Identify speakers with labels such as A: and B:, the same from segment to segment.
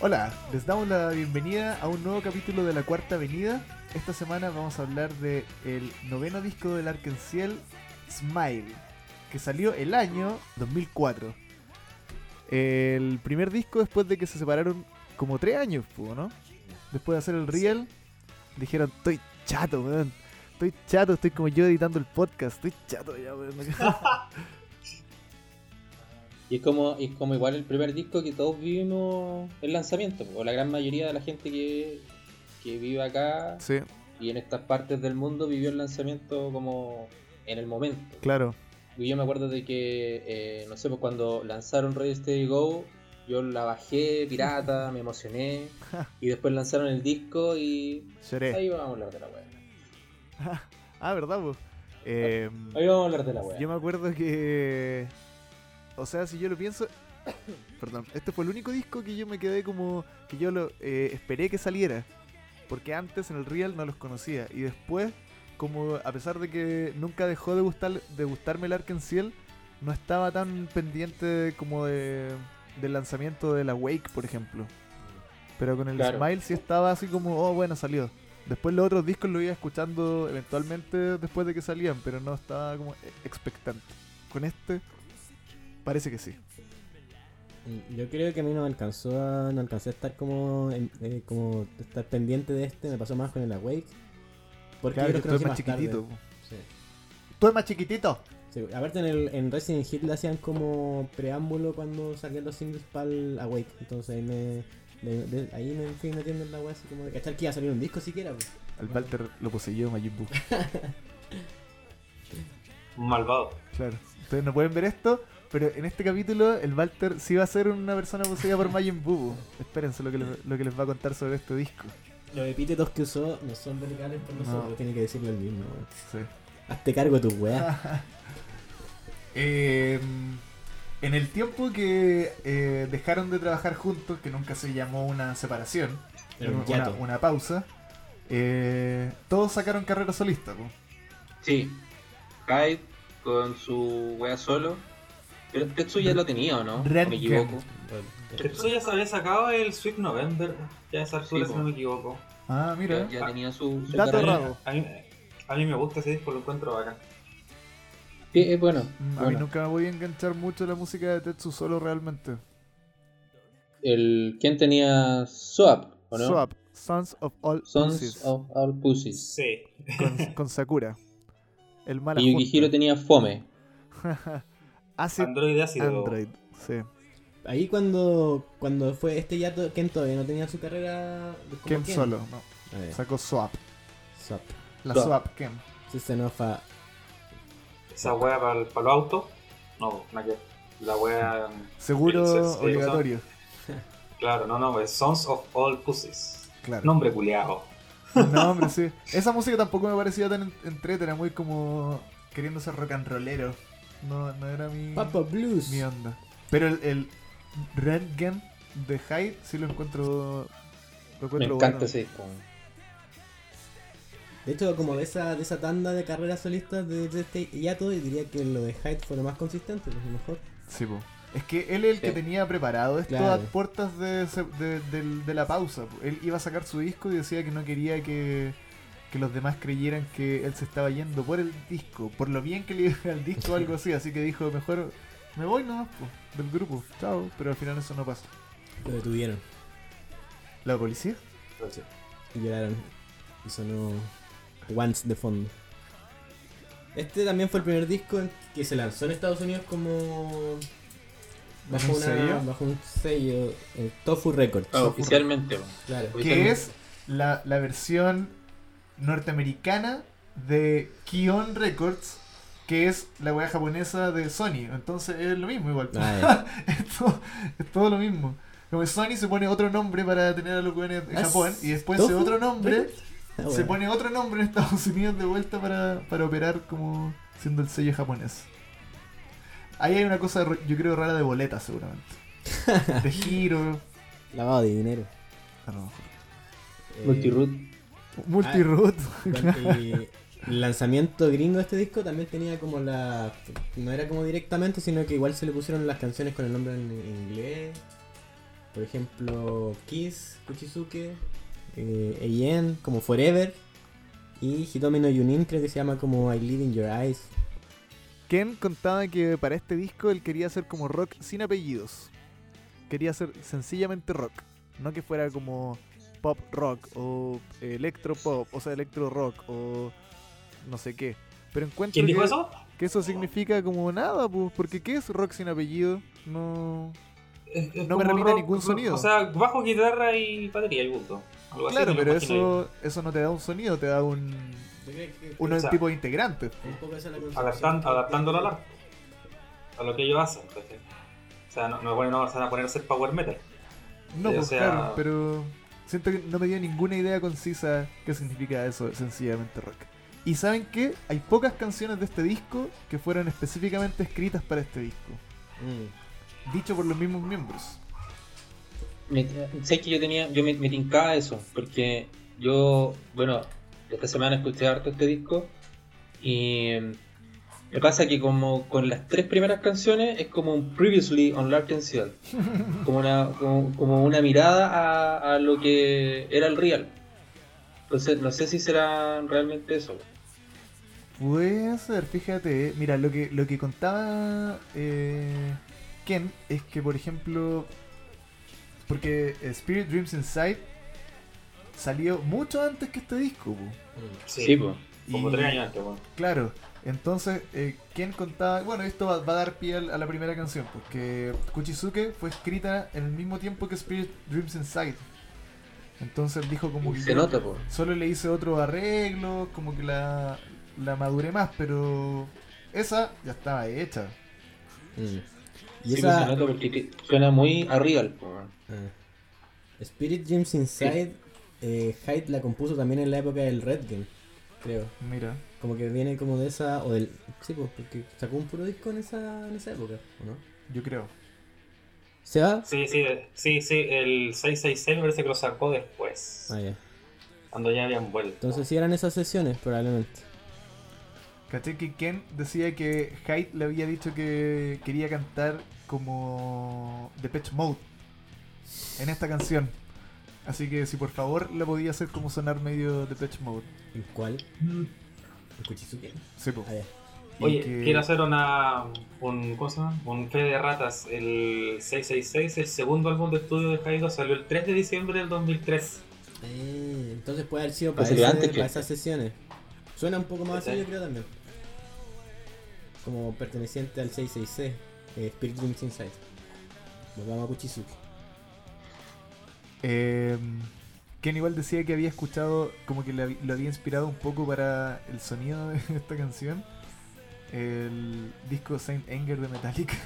A: Hola, les damos la bienvenida a un nuevo capítulo de La Cuarta Avenida. Esta semana vamos a hablar de el noveno disco del Arkenciel, Smile, que salió el año 2004. El primer disco después de que se separaron como tres años, po, ¿no? Después de hacer el Real, dijeron, estoy chato, weón. Estoy chato, estoy como yo editando el podcast, estoy chato ya, weón.
B: Y es como, es como igual el primer disco que todos vivimos el lanzamiento, o la gran mayoría de la gente que, que vive acá
A: Sí,
B: y en estas partes del mundo vivió el lanzamiento como en el momento.
A: claro.
B: Y yo me acuerdo de que, eh, no sé, pues cuando lanzaron Ready Steady Go, yo la bajé pirata, me emocioné, y después lanzaron el disco y
A: Lloré.
B: ahí vamos a hablar de la wea.
A: Ah, ¿verdad, po? Eh,
B: Ahí vamos a hablar de la
A: Yo
B: wea.
A: me acuerdo que. O sea, si yo lo pienso. Perdón, este fue el único disco que yo me quedé como. que yo lo eh, esperé que saliera. Porque antes en el Real no los conocía. Y después, como a pesar de que nunca dejó de, gustar, de gustarme el Arkenciel, no estaba tan pendiente como de, del lanzamiento de la Wake, por ejemplo. Pero con el
B: Claro.
A: Smile sí estaba así como, oh, bueno, salió. Después los otros discos los iba escuchando eventualmente después de que salían, pero no estaba como e- expectante. Con este, parece que sí.
C: Yo creo que a mí no me alcanzó a, no alcancé a estar como, en- eh, como estar pendiente de este, me pasó más con el Awake. Porque
A: Claro,
C: yo
A: que
C: creo
A: tú eres
C: que
A: más chiquitito.
C: Sí.
A: ¡Tú eres más chiquitito!
C: Sí, aparte en, el, en Resident Hill le hacían como preámbulo cuando salían los singles para el Awake. Entonces ahí me, de- de- ahí me fui metiendo en la wea así como de cachar que iba a salir un disco siquiera. pues.
A: Al Walter lo poseyó Majin Buu.
D: Un malvado.
A: Claro. Ustedes no pueden ver esto, pero en este capítulo el Walter sí va a ser una persona poseída por Majin Buu. Espérense lo que, les, lo que les va a contar sobre este disco.
C: Los epítetos que usó no son vergales por nosotros,
A: No.
C: tiene que decirlo el mismo. weón.
A: Sí.
C: Hazte cargo de tus weas.
A: Ah, Eh, en el tiempo que eh, dejaron de trabajar juntos, que nunca se llamó una separación,
C: Era un
A: una,
C: hiato.
A: una pausa, eh, todos sacaron carrera solista. po.
B: Sí, Hyde con su wea solo. Pero Tetsu ya lo tenía, ¿o no? ¿O
A: Red
B: me equivoco.
D: Eso ya se había sacado el Sweet November, ya esa altura,
B: Sí,
D: si
B: po.
D: no me equivoco.
A: Ah, mira.
B: Ya, ya tenía su, su
A: Dato
D: A mí-
B: carrera.
A: raro.
D: A mí, a mí me gusta ese disco, lo encuentro bacán.
B: Sí, es bueno.
A: Mm, A mí
B: bueno.
A: nunca me voy a enganchar mucho la música de Tetsu solo realmente.
B: El, ¿Quién tenía Swap? ¿o no?
A: Swap, Sons of All
B: Sons
A: Pussies,
B: of All Pussies.
D: Sí.
A: con, con Sakura. El mal
B: Y Yukihiro tenía Fome.
A: Acid
D: Android ácido.
A: Android. Sí.
C: Ahí cuando, cuando fue este yato, Ken todavía no tenía su carrera como
A: Ken, solo. no.
C: A ver,
A: Sacó Swap.
C: Sop.
A: La
B: Swap.
A: Swap Ken.
C: Sí, se nos fa-
D: Esa wea para los autos. No, nada que. La wea.
A: Seguro
D: Sí, sí, sí,
A: obligatorio.
D: Claro, no, no, es Sons of All Pussies.
A: Claro.
D: Nombre culeado.
A: No, hombre, sí. Esa música tampoco me parecía tan en- entrete, era muy como queriendo ser rock and rollero. No, no era mi,
C: Papa Blues.
A: mi onda. Pero el, el Red Game de Hyde sí lo encuentro. Lo
B: Me
A: encuentro
B: encanta
A: bueno.
B: ese disco.
C: De hecho, como de esa, de esa tanda de carreras solistas de, de este hiato, yo diría que lo de Hyde fue lo más consistente, pues, lo mejor.
A: Sí, po. Es que él es el que
B: Sí.
A: tenía preparado esto
C: Claro.
A: a puertas de, se- de- del- de la pausa. po. Él iba a sacar su disco y decía que no quería que, que los demás creyeran que él se estaba yendo por el disco, por lo bien que le iba al disco o algo así. Así que dijo, mejor me voy nomás po, del grupo, chao. Pero al final eso no pasó.
C: Lo detuvieron
A: ¿La policía?
C: y lloraron. Y sonó Once de fondo. Este también fue el primer disco en- que se lanzó en Estados Unidos como. Bajo,
A: ¿Un
C: una-
A: sello? Oh.
C: bajo un sello, eh, Tofu Records.
B: Ah, oficialmente. po.
C: Claro.
A: Que
B: Oficialmente.
A: es la, la versión norteamericana de Kion Records, que es la weá japonesa de Sony. Entonces es lo mismo igual. po.
C: Ah, ya.
A: es, todo, es todo lo mismo. Como que Sony se pone otro nombre para tener a los weones en
C: Ah,
A: Japón
C: ¿es
A: y después ese
C: Tofu
A: otro nombre
C: Records? Ah, bueno.
A: se pone otro nombre en Estados Unidos de vuelta para, para operar como siendo el sello japonés. Ahí hay una cosa r- yo creo rara de boleta seguramente. De giro. Ah,
C: Lavado de dinero.
A: a lo mejor.
C: Eh,
B: Multiroot.
A: Multiroot.
C: bueno, y el lanzamiento gringo de este disco también tenía como la. No era como directamente, sino que igual se le pusieron las canciones con el nombre en en inglés. Por ejemplo, Kiss, Kuchizuke, eh, AM, como Forever. Y Hitomi no Yunin creo que se llama como I Live in Your Eyes.
A: Ken contaba que para este disco él quería hacer como rock sin apellidos. Quería hacer sencillamente rock. No que fuera como pop rock o electro pop, o sea, electro rock o no sé qué. Pero encuentro
D: ¿Quién
A: que,
D: dijo eso?
A: que eso significa como nada, pues, porque ¿qué es rock sin apellido? No.
D: Es- es
A: No me
D: como
A: remite ningún sonido.
D: O sea, bajo, guitarra y batería y punto. Algo así
A: Claro,
D: me lo
A: pero
D: imagino
A: eso, eso no te da un sonido, te da un, un
D: O sea,
A: tipo de integrante.
C: Un poco esa es la
D: yo.
C: concepción
D: Adaptan,
C: que
D: adaptándolo al
C: tiene.
D: arte. A lo que ellos hacen. ¿cachai? O sea, no, no, bueno, no se van a poner a hacer power metal.
A: No,
D: Sí, o
A: pues
D: sea-
A: claro, pero siento que no me dio ninguna idea concisa qué significa eso, sencillamente rock. Y saben qué, hay pocas canciones de este disco que fueron específicamente escritas para este disco,
C: Mm.
A: dicho por los mismos miembros.
B: Me- sé que yo tenía, yo me, me tincaba eso, porque yo, bueno, esta semana escuché harto este disco y mm, me pasa que como con las tres primeras canciones es como un previously on Lark and Seal, como una, como, como una mirada a, a lo que era el real. Entonces no sé si será realmente eso.
A: Puede ser, fíjate, eh. mira, lo que, lo que contaba eh, Ken es que, por ejemplo, porque eh, Spirit Dreams Inside salió mucho antes que este disco. po.
C: mm,
B: Sí, po.
A: Y-
D: como tres años antes, bueno.
A: Claro, entonces, eh, ¿quién contaba? Bueno, esto va, va a dar pie al- a, la primera canción, porque Kuchizuke fue escrita en el mismo tiempo que Spirit Dreams Inside. Entonces dijo como que
B: se nota, po.
A: solo le hice otro arreglo, como que la, la maduré más, pero esa ya estaba hecha.
C: Mm. Y
B: Sí, po,
D: pues,
C: esa,
B: se nota porque te- suena muy a real, po.
C: Ah. Spirit Dreams Inside, eh, Hyde la compuso también en la época del Red Game, creo.
A: Mira,
C: Como que viene como de esa, o del... Sí, pues, porque sacó un puro disco en esa, en esa época, ¿o no?
A: yo creo.
C: ¿Se va?
D: Sí, sí, sí, sí, el 666 me parece que lo sacó después.
C: Ah, ya.
D: Cuando ya habían vuelto.
C: Entonces sí eran esas sesiones, probablemente.
A: Caché que Ken decía que Hyde le había dicho que quería cantar como Depeche Mode en esta canción. Así que si por favor la podía hacer como sonar medio Depeche Mode.
C: ¿En cuál? ¿En Kuchizuke?
A: Sí, po.
C: Ah, ya.
A: Y
D: Oye,
A: que-
D: quiero hacer una, un, ¿cómo se llama? Un fe de ratas. El 666, el segundo álbum de estudio de Jaido, salió el 3 de diciembre del 2003.
C: Eh, entonces puede haber sido para,
B: Pues sería
C: ese-
B: antes que-
C: para esas sesiones. Suena un poco más así,
D: Sí.
C: yo creo también. Como perteneciente al 666, eh, Spirit Dreams Inside. Nos vamos a Kuchizuke.
A: eh, Ken igual decía que había escuchado, como que le hab- lo había inspirado un poco para el sonido de esta canción. El disco Saint Anger de Metallica.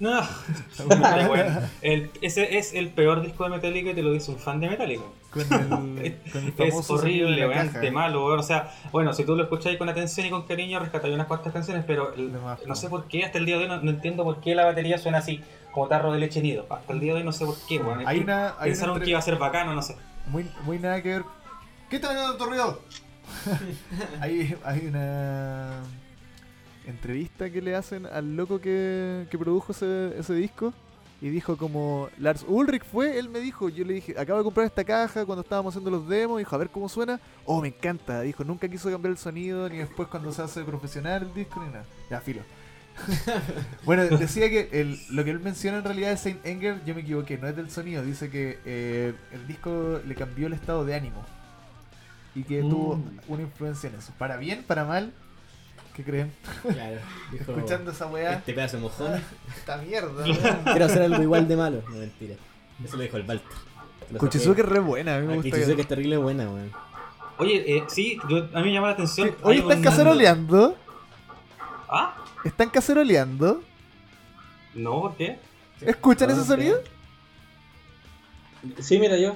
D: No, Ay, bueno, el- ese es el peor disco de Metallica y te lo dice un fan de Metallica.
A: Con el, con el famoso
D: Es
A: sonido de
D: horrible,
A: la
D: weón,
A: caja.
D: te malo, weón. O sea, bueno, si tú lo escucháis con atención y con cariño, rescatáis unas cuantas canciones, pero el-
A: De más,
D: no sé
A: weón.
D: por qué, hasta el día de hoy no, no entiendo por qué la batería suena así, como tarro de leche nido. Hasta el día de hoy no sé por qué, weón. Es
A: Hay
D: que
A: una, hay una
D: Pensaron
A: entre-
D: que iba a ser bacano, no sé.
A: Muy, muy nada que ver. ¿Qué está haciendo tu ruido? hay, hay una entrevista que le hacen al loco que, que produjo ese, ese disco y dijo como Lars Ulrich fue, él me dijo, yo le dije, acabo de comprar esta caja cuando estábamos haciendo los demos, dijo, a ver cómo suena, oh, me encanta, dijo, nunca quiso cambiar el sonido, ni después cuando se hace profesional el disco, ni nada, ya, filo. bueno, decía que el- lo que él menciona en realidad es Saint Anger, yo me equivoqué, no es del sonido, dice que eh, el disco le cambió el estado de ánimo y que
D: Mm.
A: tuvo una influencia en eso, para bien, para mal, ¿qué creen?
C: Claro, dijo,
A: Escuchando esa weá,
C: este pedazo de mojón.
A: esta mierda. weón.
C: Quiero hacer algo igual de malo. No, mentira. Eso lo dijo el Walter.
A: Kuchizuke es re buena, a mí me gusta.
C: Kuchizuke Ah, es terrible buena, weón.
D: Oye, eh, sí, yo- a mí me llama la atención.
A: Sí, Oye,
D: hay
A: están
D: un-
A: caceroleando.
D: ¿Ah?
A: Están caceroleando.
D: No, ¿por qué?
A: ¿Escuchan ese
C: Ah,
A: sonido?
B: Sí, mira yo.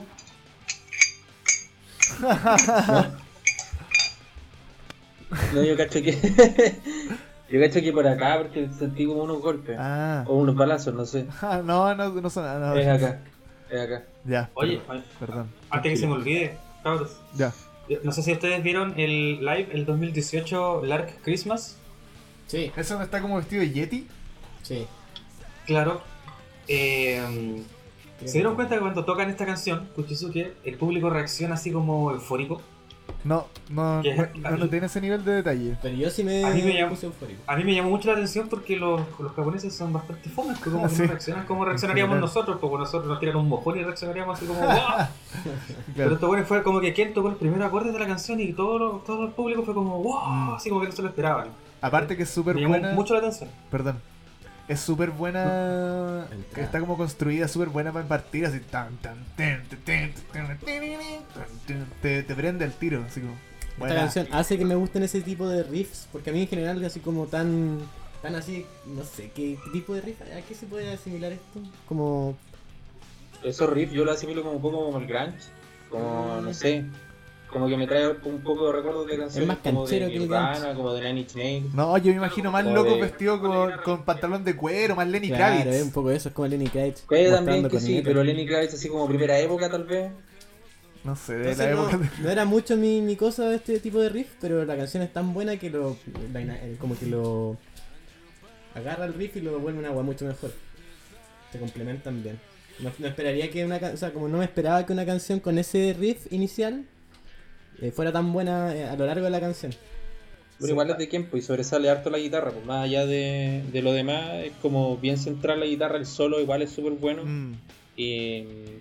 B: No, yo cacho que. yo cacho que por acá, porque sentí como unos golpes.
A: Ah,
B: O unos balazos, no sé.
A: Ah, no, no, no son. ah, no.
B: Es acá. Es acá.
A: Ya.
D: Oye,
A: perdón,
D: oye,
A: Perdón.
D: antes que se me olvide, cabros.
A: Ya.
D: No sé si ustedes vieron el live, el 2018 Lark Christmas.
C: Sí,
A: ¿Eso no está como vestido de Yeti?
C: sí.
D: Claro. Eh,
C: creo.
D: ¿Se dieron cuenta que cuando tocan esta canción, Kuchisuke, el público reacciona así como eufórico?
A: No, no,
D: ¿Qué?
A: no, no, no tiene ese nivel de detalle.
C: Pero yo sí me,
D: A mí me llamó-
C: puse eufórico.
D: A mí me llamó mucho la atención porque los, los japoneses son bastante fomes, que como
A: Ah,
D: que
A: sí.
D: no reaccionan como reaccionaríamos
A: general.
D: nosotros, porque nosotros nos tiran un mojón y reaccionaríamos así como ¡Wow! Pero
A: Claro.
D: esto bueno fue como que quien tocó los primeros acordes de la canción y todo, lo- todo el público fue como ¡Wow! Así como que no se lo esperaban.
A: Aparte que es súper
D: Me llamó
A: Mm. buena.
D: mucho la atención.
A: Perdón. Es súper buena.
C: Entrada.
A: Está como construida súper buena para partir así. Tan, tan, ten, ten, ten, ten, ten, ten, ten, te, te prende el tiro, así como.
C: Esta
A: Buena.
C: canción hace que me gusten ese tipo de riffs, porque a mí en general así como tan tan así, no sé, ¿qué tipo de riff? ¿A qué se puede asimilar esto? Como
B: Esos riffs yo los asimilo como un poco como el grunge, como no sé, como que me trae un poco de recuerdos de canciones
C: más
B: como de
C: canchero que el
B: Nirvana,
C: grunge.
B: como de Nine Inch Nails.
A: No, yo me imagino más loco
B: Joder.
A: vestido con, con pantalón de cuero, más Lenny
C: claro,
A: Kravitz.
C: es un poco eso, es como Lenny Kravitz.
B: Puede también
C: mostrando
B: que sí,
C: cornetas.
B: pero Lenny Kravitz así como primera época tal vez.
A: No sé, de la
C: Entonces,
A: época. de-
C: no, no era mucho mi, mi cosa este tipo de riff, pero la canción es tan buena que lo la ina- eh, como que lo agarra el riff y lo vuelve una agua mucho mejor. Se complementan bien. No, no esperaría que una, ca- o sea, como no me esperaba que una canción con ese riff inicial eh, fuera tan buena eh, a lo largo de la canción.
B: Pero igual es de tiempo y sobresale harto la guitarra, pues más allá de, de lo demás, es como bien central la guitarra, el solo igual es súper bueno.
A: Mm.
B: Eh,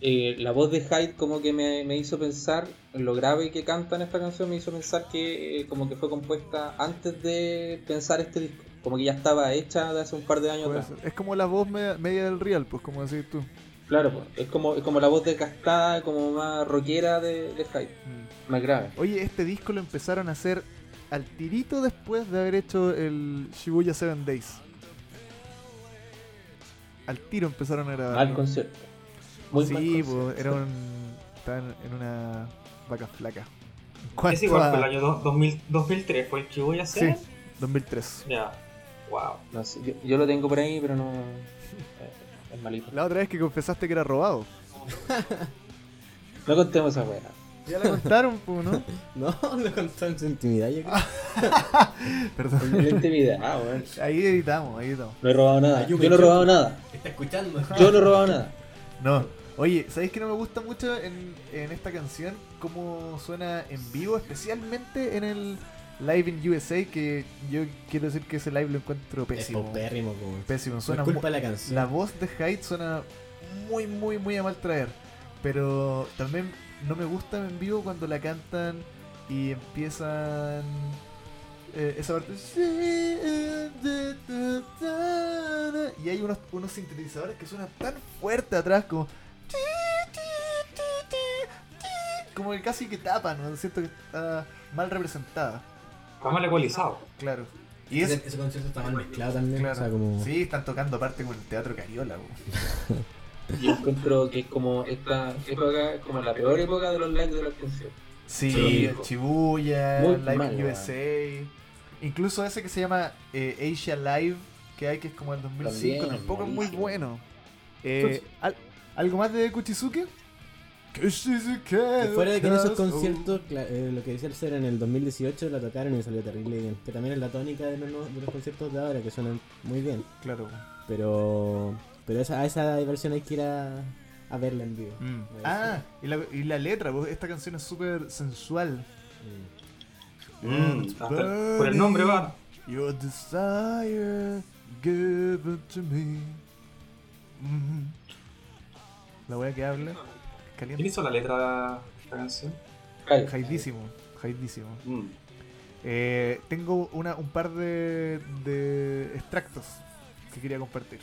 B: eh, la voz de Hyde como que me, me hizo pensar, lo grave que canta en esta canción me hizo pensar que eh, como que fue compuesta antes de pensar este disco, como que ya estaba hecha de hace un par de años
A: Puede
B: atrás.
A: ser. Es como la voz media, media del real, pues como decís tú.
B: Claro, pues, es como, es como la voz desgastada, como más rockera de, de Hyde,
A: Mm.
B: más grave.
A: Oye, este disco lo empezaron a hacer al tirito después de haber hecho el Shibuya Seven Days. Al tiro empezaron a grabar.
B: Mal concierto. Muy mal
A: Ah, sí,
B: concierto.
A: pues, era un. Estaban en una vaca flaca.
D: Es igual,
A: a-
D: fue el año do- 2000 2003, fue el que voy a
A: Sí,
D: hacer.
A: 2003.
D: Ya, wow.
B: No sé, yo, yo lo tengo por ahí, pero no... eh, Es malito.
A: La otra vez que confesaste que era robado.
B: No contemos esa weá.
A: Ya la contaron, pues, ¿no?
C: No, lo contó en su intimidad, yo creo.
A: Perdón.
B: Mi intimidad, ah, weón.
A: Ahí editamos, ahí editamos.
B: No he robado nada.
C: Ay,
B: Yo
C: yo
B: no he
C: me
B: robado nada.
C: Está escuchando.
B: Yo no he robado nada.
A: No. Oye, ¿sabéis que no me gusta mucho en, en esta canción cómo suena en vivo? Especialmente en el Live in USA, que yo quiero decir que ese live lo encuentro
C: Es
A: pésimo.
C: paupérrimo, como.
A: Pésimo,
C: No
A: suena
C: es
A: mu-
C: culpa de la canción.
A: La voz de Hyde suena muy, muy, muy a mal traer. Pero también no me gusta en vivo cuando la cantan y empiezan eh, esa parte. Y hay unos, unos sintetizadores que suenan tan fuerte atrás como. Como que casi que tapan, ¿no? siento que está mal representada.
D: Está mal ecualizado.
A: Claro. Y es.
C: Ese, ese concierto está mal mezclado también.
A: Claro.
C: O sea, como...
A: Sí, están tocando aparte con el teatro Cariola. po.
B: Yo encuentro que es como esta época, como la peor época de los lives de las canciones.
A: Sí,
B: Sí.
A: Chibuya,
B: Muy
A: Live
B: mal,
A: in
B: weón.
A: USA. Incluso ese que se llama eh, Asia Live, que hay que es como el 2005,
B: También,
A: tampoco es muy
B: malísimo.
A: bueno. Eh, al- ¿Algo más de Kuchisuke? Kuchisuke.
C: Que fuera de que en esos
A: Kazu.
C: conciertos,
A: Uh.
C: cla- eh, lo que decía el Cera en el 2018 la tocaron y salió terrible bien. Que también es la tónica de los, nuevos- de los conciertos de ahora, que suenan muy bien.
A: oh, Claro.
C: Pero pero esa, a esa versión hay que ir a, a verla en vivo.
A: Mm. Ah, y la, y la letra, pues, esta canción es súper sensual.
C: Mm.
A: Mm.
D: Hasta el- por el nombre va.
A: Your desire, give it to me. Mm. La wea que habla. Caliente.
D: ¿Quién hizo la letra de esta canción?
B: Ay,
A: Jaidísimo, jaidísimo.
D: Mm.
A: Eh, tengo una, un par de, de extractos que quería compartir.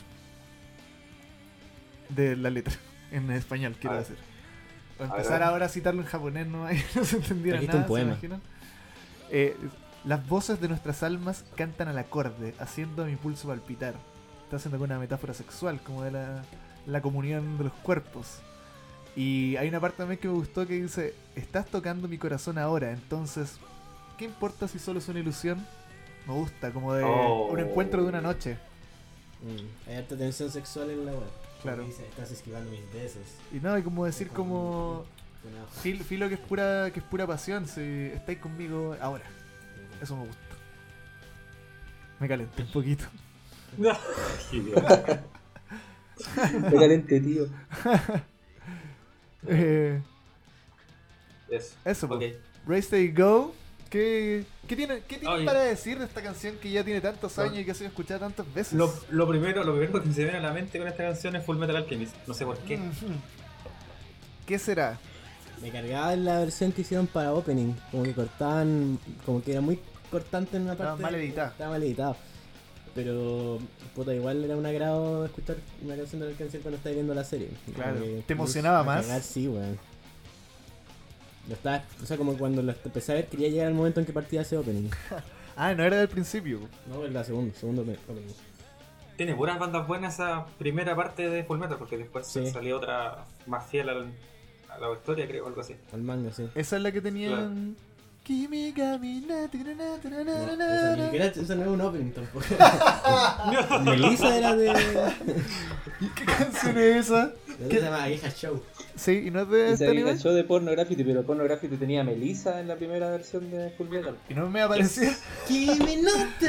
A: De la letra, en español, quiero
D: A ver.
A: decir. O
D: ver,
A: empezar
D: a ver.
A: ahora a citarlo en japonés no, hay- no se entendiera
C: Trajiste
A: nada,
C: un poema.
A: ¿se imaginan? Eh, las voces de nuestras almas cantan al acorde, haciendo a mi pulso palpitar. Está haciendo como una metáfora sexual, como de la, la comunión de los cuerpos. Y hay una parte también que me gustó que dice, estás tocando mi corazón ahora, entonces, ¿qué importa si solo es una ilusión? Me gusta, como de
D: Oh.
A: un encuentro de una noche.
C: Mm. Hay harta tensión sexual en la web.
A: Claro.
C: Dice, estás esquivando mis besos.
A: Y no, y como decir como...
C: Una hoja.
A: Fil- Filo que es pura que es pura pasión, si estáis conmigo ahora. Eso me gusta. Me calenté un poquito.
D: Qué idiota.
B: Qué caliente, tío.
A: Eh,
D: Eso.
A: eso,
D: Ok.
A: pues. Race Day Go. ¿Qué, qué tiene, qué tiene
D: Oye.
A: para decir de esta canción que ya tiene tantos
D: No.
A: años y que ha sido escuchada tantas veces?
D: Lo, lo primero, lo primero que se me viene a la mente con esta canción es Full Metal Alchemist. No sé por qué.
A: Ujú. ¿Qué será?
C: Me cargaba en la versión que hicieron para opening, como que cortaban, como que era muy cortante en una
A: Estaba
C: parte.
A: mal editada.
C: Estaba mal editado. Pero, puta, igual era un agrado escuchar una canción de la canción cuando estás viendo la serie.
A: Claro,
C: Como que,
A: ¿te
C: uy,
A: emocionaba
C: a
A: más?
C: cagar, sí, weón. Lo estaba, o sea, como cuando lo empecé a ver, quería llegar al momento en que partía ese opening.
A: Ah, no era del principio.
C: No, es la segunda, segundo opening.
D: Tiene puras bandas buenas esa primera parte de Full Metal, porque después
C: Sí.
D: salió otra más fiel al- a la historia, creo, o algo así.
C: Al manga, sí.
A: Esa es la que
D: Claro.
A: tenían. Kimi Kami, na, tira, na, tira,
C: No,
A: na, na,
C: esa, ni
A: na, na.
C: siquiera- esa no es un opening tampoco. Melissa era de.
A: ¿Qué canción es esa?
C: ¿Qué se llama Aguija Show?
A: Sí, y no es de
B: Esa
A: este
B: que
A: anime.
B: cachó de Porno Graffiti, pero Porno Graffiti tenía a Melissa en la primera versión de Full Metal.
A: Y no me aparecía.
C: Kimi no te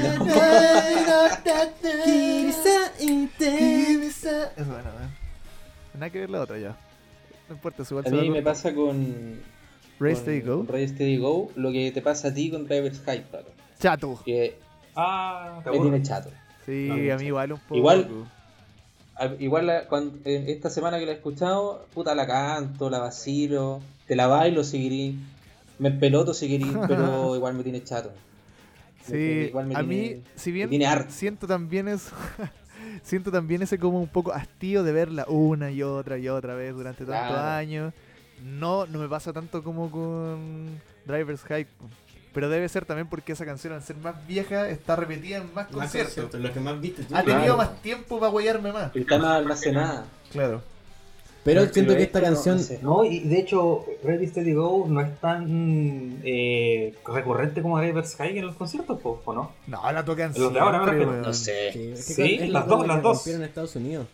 A: Kirisa- Es bueno, eh. Nada que ver la otra ya. No importa, su
B: A mí me pasa con.
A: Race
B: con-
A: Day Go.
B: con Ray Steady Go lo que te pasa a ti con Driver's Hype, claro.
A: Chato.
B: Que
D: Ah, te
B: me
D: aburro.
B: tiene chato.
A: Sí,
B: No, no,
A: a mí igual un poco.
B: Igual- Al- Igual la- cuan- en esta semana que la he escuchado, puta la canto, la vacilo, te la bailo si querís, me peloto si querís, pero igual me tiene chato.
A: Sí,
B: Me- igual me
A: a
B: tiene-
A: mí, si
B: me
A: bien
B: tiene harto.
A: siento también eso. siento también ese como un poco hastío de verla una y otra y otra vez durante tantos
B: Claro.
A: años. No, no me pasa tanto como con Driver's Hype. Pero debe ser también porque esa canción, al ser más vieja, está repetida en más
C: Más
A: conciertos.
C: conciertos, los que más viste. tú.
A: Ha tenido
B: Claro.
A: más tiempo para guayarme más.
B: Está más almacenada.
A: Claro.
C: Pero
B: Si
C: siento
B: lo
C: que
B: he
C: esta
B: hecho, no
C: canción.
B: sé.
D: No, y de hecho, Ready Steady Go no es tan eh, recurrente como Driver's High en los conciertos, po, ¿o no?
A: No, la tocan
D: Los de ahora, ahora,
A: siempre,
D: pero-
A: weón.
B: No sé.
C: que- es que
D: Sí,
C: es lo
D: las
C: como
D: dos,
C: que
D: las dos.
C: rompieron en Estados Unidos.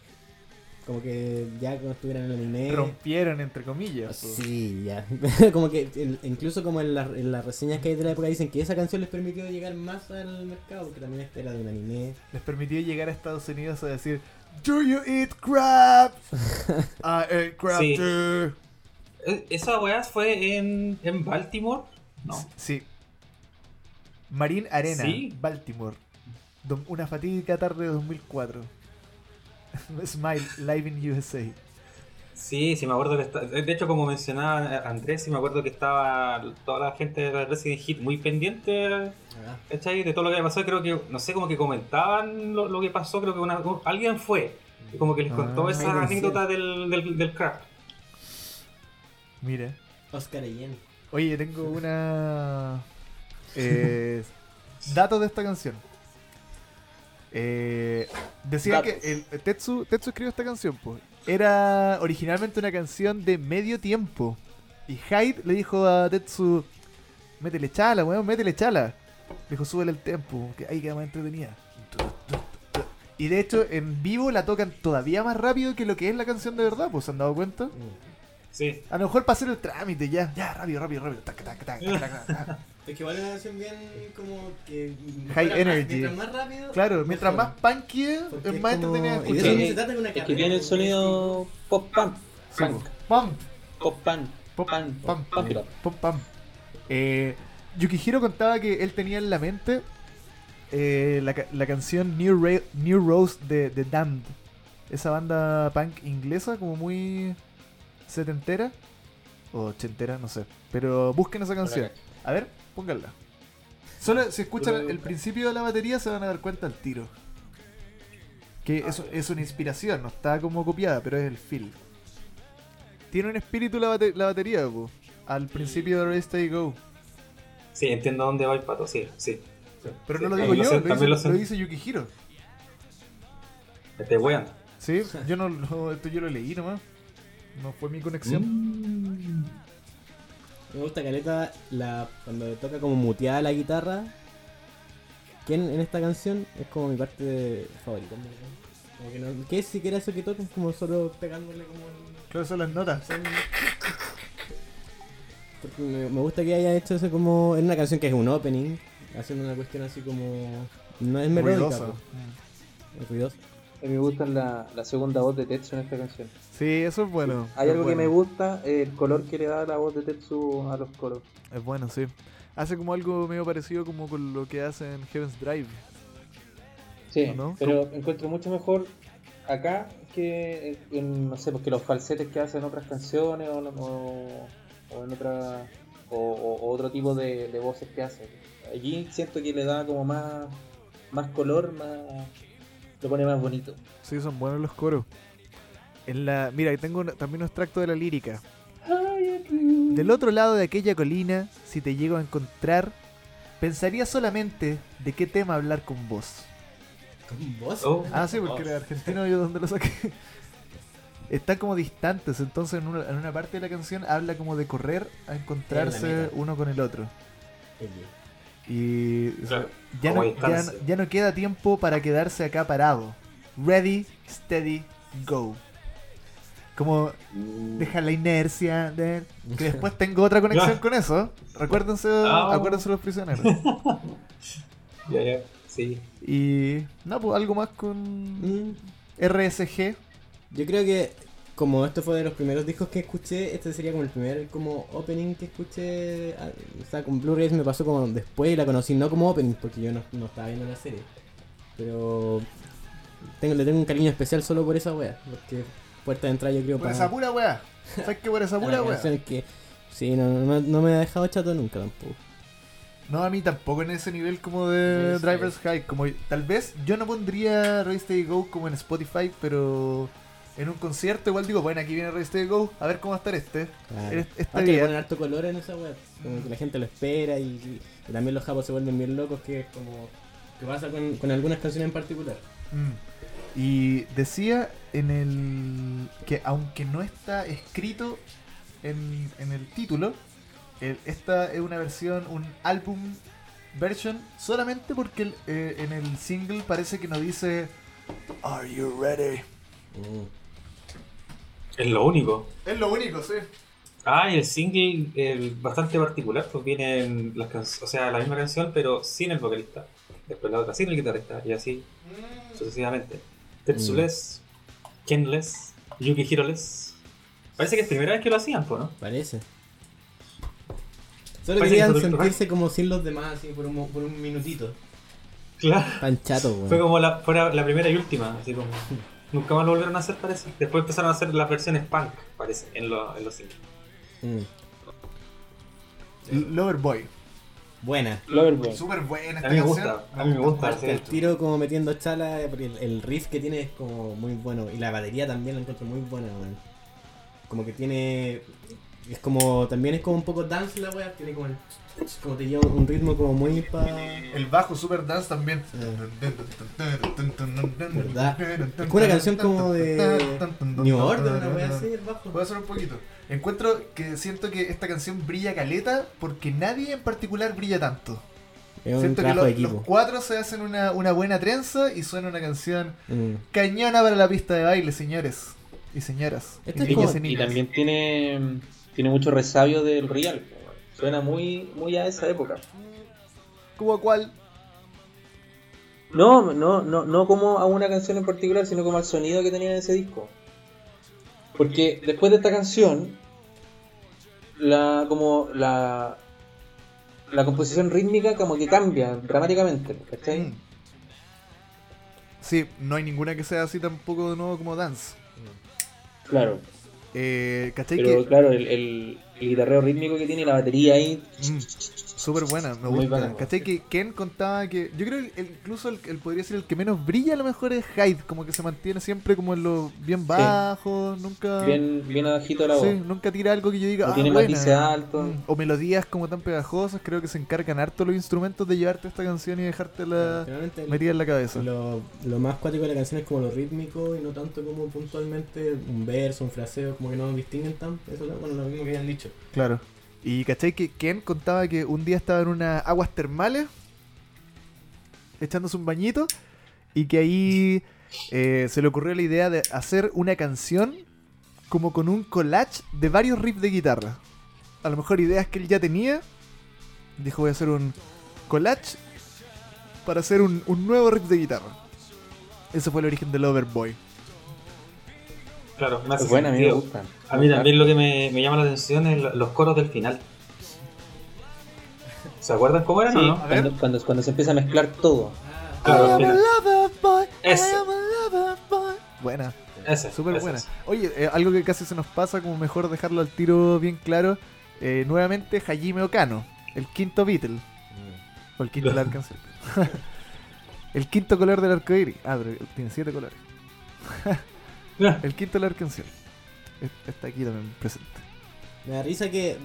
C: Como que ya cuando estuvieron en el anime.
A: Rompieron, entre comillas. po.
C: Sí, ya. como que en- incluso como en, la- en las reseñas que hay de la época dicen que esa canción les permitió llegar más al mercado, porque también esta era de un anime.
A: Les permitió llegar a Estados Unidos a decir: Do you eat crab? I eat crab
D: Sí.
A: too.
D: Eh, ¿Esa weá fue en, en Baltimore? No.
A: Sí. Marín Arena,
D: Sí.
A: Baltimore. Do- una fatídica tarde de 2004. Smile, Live in USA.
D: Sí, sí, me acuerdo que está... De hecho, como mencionaba Andrés, sí me acuerdo que estaba toda la gente de Resident Hit muy pendiente
C: Ah.
D: ¿cachai? de todo lo que había pasado. Creo que, no sé, como que comentaban lo, lo que pasó. Creo que una- alguien fue y como que les contó
A: Ah,
D: esa
C: ahí
D: anécdota del, del, del crack.
A: Mira.
C: Oscar Allen. Mm.
A: Oye, tengo una. eh, datos de esta canción. Eh, decía
B: Datos.
A: que el, Tetsu, Tetsu escribió esta canción, pues. Era originalmente una canción de medio tiempo. Y Hyde le dijo a Tetsu: Métele chala, weón, métele chala. Le dijo: Súbele el tempo, que ahí queda más entretenida. Y de hecho, en vivo la tocan todavía más rápido que lo que es la canción de verdad, pues. ¿Se han dado cuenta?
D: Sí.
A: A lo mejor para hacer el trámite, ya, ya, rápido, rápido, rápido. Tac, tac, tac, tac, tac, tac.
C: Es que vale una canción bien como que.
A: High mejora más- energy. mientras
C: mientras más rápido.
A: Claro, mientras más punky es,
C: Porque
A: es
C: es
A: más
C: como-
A: entretenida de
C: y de
A: escuchar.
B: tiene-
C: eso se trata de una
B: Es que
C: carrera,
B: tiene el
C: porque
B: sonido pop punk,
A: Sí,
B: punk,
A: po. Pam,
B: pop punk,
A: pop, pam,
B: punk,
A: pam,
B: punk rock.
A: pam, pam. Eh, Yukihiro contaba que él tenía en la mente eh, la, ca- la canción New, Ra- New Rose de, de Damned. Esa banda punk inglesa, como muy setentera o ochentera, no sé. Pero busquen esa canción. A ver, pónganla. Solo si escuchan el principio de la batería se van a dar cuenta al tiro. Que es, es una inspiración, no está como copiada, pero es el feel. Tiene un espíritu la, bate- la batería, po, al principio de Race Day Go.
D: Sí, entiendo dónde va el pato, sí, sí.
A: Pero
D: Sí,
A: no lo digo
D: también
A: yo,
D: sé,
A: lo,
D: también
A: dice,
D: lo
A: lo
D: sé.
A: dice Yukihiro.
D: Este weón.
A: Sí, yo no, no- esto yo lo leí nomás. No fue mi conexión.
D: Mm.
C: Me gusta Caleta la, cuando toca como muteada la guitarra. Que en, en esta canción es como mi parte de- favorita. en verdad. Como que no, ¿Qué es siquiera eso que tocan? Como solo pegándole como el-
A: Claro, son las notas.
C: son- Porque me, me gusta que haya hecho eso como. En una canción que es un opening. Haciendo una cuestión así como. No es melódica.
A: Ruidosa.
C: pues, es ruidosa.
B: A mí me gusta la, la segunda voz de Tetsu en esta canción.
A: Sí, eso es bueno.
B: Hay
A: es
B: algo que
A: bueno.
B: me gusta, el color que le da la voz de Tetsu a los coros.
A: Es bueno, sí. Hace como algo medio parecido como con lo que hacen Heaven's Drive.
B: Sí,
A: ¿No?
B: pero encuentro mucho mejor acá que, en, no sé, porque los falsetes que hacen en otras canciones o, o- o en otra, o, o- o otro tipo de, de voces que hacen. Allí siento que le da como más, más color, más, lo pone más bonito.
A: Sí, son buenos los coros. En la, mira, tengo un- también un extracto de la lírica. Del otro lado de aquella colina, si te llego a encontrar, pensaría solamente de qué tema hablar con vos.
C: ¿Con vos?
D: Oh.
A: Ah, sí, porque era argentino yo donde lo saqué. Están como distantes, entonces en una, en una parte de la canción habla como de correr a encontrarse
C: meta.
A: uno con el otro.
C: Oye,
A: Y o sea,
D: Claro,
A: ya, no,
D: como
A: ya,
D: distancia.
A: no- ya no queda tiempo para quedarse acá parado. Ready, steady, go. Como deja la inercia. de- Que después tengo otra conexión
D: Ya.
A: con eso. Recuérdense,
D: Ah.
A: acuérdense los prisioneros.
D: Ya, ya, sí.
A: Y no, pues algo más con
C: Mm,
A: RSG.
C: Yo creo que como este fue de los primeros discos que escuché, este sería como el primer como opening que escuché. ah, O sea, con Blu-rays me pasó como después y la conocí no como opening porque yo no, no estaba viendo la serie. Pero tengo, le tengo un cariño especial solo por esa wea. Porque puerta de entrada yo creo
A: Por
C: para...
A: esa pura weá. ¿Sabes qué? Por esa
C: para
A: pura
C: la
A: weá.
C: canción que sí, no, no, no me ha dejado chato nunca tampoco.
A: No, a mí tampoco en ese nivel como de
C: Sí, sí.
A: Driver's High. Como, tal vez yo no pondría Ready Steady Go como en Spotify, pero en un concierto igual digo, bueno, aquí viene Ready Steady Go, a ver cómo va a estar este.
C: Claro.
A: Este- este
C: Aparte le
A: día.
C: ponen harto color en esa web, como que la gente lo espera y, y también los japos se vuelven bien locos, que es como que pasa con, con algunas canciones en particular.
A: Mm. Y decía en el que aunque no está escrito en, en el título, el- esta es una versión, un álbum version, solamente porque el- eh, en el single parece que no dice Are you ready?
C: Mm,
D: Es lo único.
A: Es lo único, sí.
D: Ah, y el single el bastante particular, pues vienen las canciones, o sea, la misma canción, pero sin el vocalista. Después la otra sin el guitarrista, y así
C: Mm.
D: sucesivamente. Tetsules,
B: Mm.
D: Kenles, Yukihiroless. Parece que es primera vez que lo hacían, pues, ¿no?
C: Parece. Solo
D: Parece
C: querían
D: que fue-
C: sentirse como sin los demás, así por un, mo- por un minutito.
D: Claro.
C: Tan chato,
D: Fue
C: weón.
D: como la, fuera la primera y última, así como. Nunca más lo volvieron a hacer, parece. Después empezaron a hacer las versiones punk, parece, en, lo- en los singles.
C: Mm.
A: Loverboy.
C: Buena.
B: Loverboy.
A: Súper buena
D: A
A: esta
D: mí me
A: canción.
D: gusta, a mí me gusta.
C: Parte el
D: sí.
C: tiro como metiendo chala, porque el, el riff que tiene es como muy bueno. Y la batería también la encuentro muy buena, weón. Como que tiene. Es como. También es como un poco dance la weá. Tiene como el. Como te lleva un ritmo como muy pa.
A: El bajo super dance también.
C: ¿Verdad? Es como una canción como de. New Order, una weá así, el bajo.
A: Voy a hacer un poquito. Encuentro que siento que esta canción brilla caleta porque nadie en particular brilla tanto.
C: Es un
A: siento que
C: trabajo
A: los,
C: de equipo.
A: los cuatro se hacen una, una buena trenza y suena una canción
C: Mm.
A: cañona para la pista de baile, señores y señoras.
C: Esto es
A: niños
C: como-
B: Y
A: niñas.
B: también tiene, tiene mucho resabio del real. Suena muy, muy a esa época.
A: Como cual.
B: No, no, no, no como a una canción en particular, sino como al sonido que tenía en ese disco. Porque después de esta canción, la como la la composición rítmica como que cambia dramáticamente, ¿cachai?
A: Mm. Sí, no hay ninguna que sea así tampoco de nuevo como dance.
B: Claro,
A: Eh, ¿Cachai?
B: pero
A: que
B: claro, el, el, el guitarreo rítmico que tiene y la batería ahí,
A: Mm, súper buena, me
B: Muy
A: gusta.
B: buena,
A: ¿Cachai? Que Ken contaba que. Yo creo que el- incluso el, el podría ser el que menos brilla a lo mejor es Hyde, como que se mantiene siempre como en lo bien bajo, nunca.
B: bien, bien abajito la voz.
A: Ah. Sí, nunca tira algo que yo diga.
B: No
A: "Ah,
B: tiene
A: buena".
B: matices altos.
A: Mm, O melodías como tan pegajosas, creo que se encargan harto los instrumentos de llevarte esta canción y
D: eh,
A: dejártela
C: Generalmente el-
A: metida en la cabeza.
C: Lo, lo más cuático de la canción es como lo rítmico y no tanto como puntualmente un verso, un fraseo, como que no distinguen tan. Eso es lo- bueno, lo mismo que habían dicho.
A: Claro. Y cachai que Ken contaba que un día estaba en unas aguas termales, echándose un bañito, y que ahí eh, se le ocurrió la idea de hacer una canción como con un collage de varios riffs de guitarra. A lo mejor ideas que él ya tenía. Dijo voy a hacer un collage para hacer un, un nuevo riff de guitarra. Eso fue el origen del Overboy.
D: Claro, me hace
B: Es buena, Ah, a mí me
D: sentido.
B: gustan.
A: Ah,
D: A mí también lo que me, me llama la atención es lo- los coros del final. ¿Se acuerdan cómo eran
B: Sí,
D: o no?
A: A ver.
B: cuando, cuando, cuando se empieza a mezclar todo.
D: Claro,
A: I am
D: mira.
A: a lover boy, I
D: Ese.
A: am a lover boy. Buena,
D: Ese,
A: súper
D: ese,
A: buena.
D: ese.
A: Oye, eh, algo que casi se nos pasa, como mejor dejarlo al tiro bien claro. eh, nuevamente, Hajime Okano, el quinto Beatle. O el quinto de la arcanciel. el quinto color del arco iris. Ah, pero tiene siete colores.
D: Ya.
A: El quinto del arco iris. Es- Está aquí también presente.
C: Me da risa que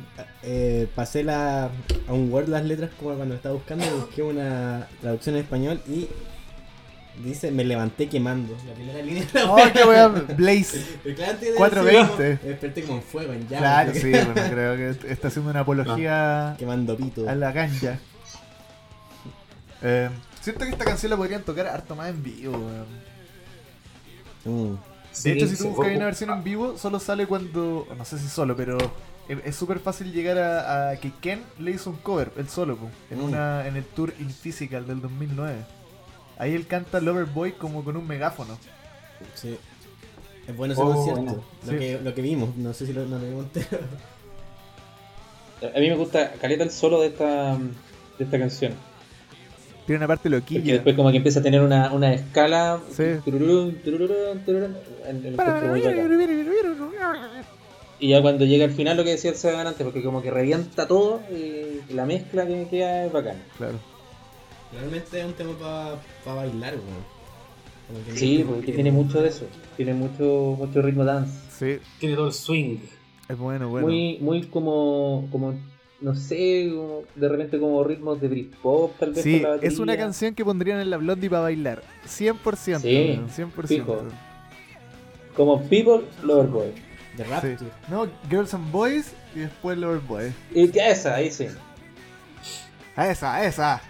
C: eh, pasé la, a un Word las letras como cuando estaba buscando, busqué una traducción en español y dice me levanté quemando. La primera línea de la
A: ¡Oh, qué weón!
C: wea.
A: Blaze.
C: Pero claro, antes de
A: 420.
C: decir, como, Desperté como en fuego, en llamas.
A: Claro, sí, bueno, creo que est- está haciendo una apología
C: Quemando pito.
A: a la ganja. Eh, siento que esta canción la podrían tocar harto más en vivo, weón.
C: Mm.
A: De hecho, si
D: sí,
A: tú
D: fue-
A: buscas una versión en vivo, solo sale cuando. No sé si solo, pero. es- Es súper fácil llegar a, a que Ken le hizo un cover, él solo, po, en,
C: Mm.
A: una, en el tour In Physical del 2009. Ahí él canta Loverboy como con un megáfono.
C: Sí. Es bueno ese
D: Oh,
C: concierto.
D: bueno.
C: Lo,
A: Sí.
C: que, lo que vimos, no sé si lo, no lo vimos entero.
B: A mí me gusta Caleta el solo de esta, de esta canción.
A: Tiene una parte
B: Porque
A: loquilla.
B: después como que empieza a tener una, una escala.
A: Sí.
B: Tururún, tururún, tururún, en- en el encuentro muy bacán. Y ya cuando llega al final lo que decía el Sebastián antes, porque como que revienta todo y la mezcla que queda es bacán.
A: Claro.
C: Realmente es un tema para bailar, weón. Como que-
B: Sí, porque tiene mucho de eso. Tiene mucho, mucho ritmo dance.
A: Sí,
D: Tiene todo el swing.
A: es bueno, bueno.
B: Muy, muy como, como, no sé, como- de repente como ritmos de Britpop, tal vez.
A: Sí,
B: con la
A: es una
B: batería.
A: canción que pondrían en la Blondie para bailar. 100%.
B: Sí,
A: weón, 100%.
B: fijo. Como People Lover Boy.
C: De rap,
A: Sí.
C: tú.
A: No, Girls and Boys y después Loverboy.
B: Y que esa, ahí sí.
A: A esa, a esa.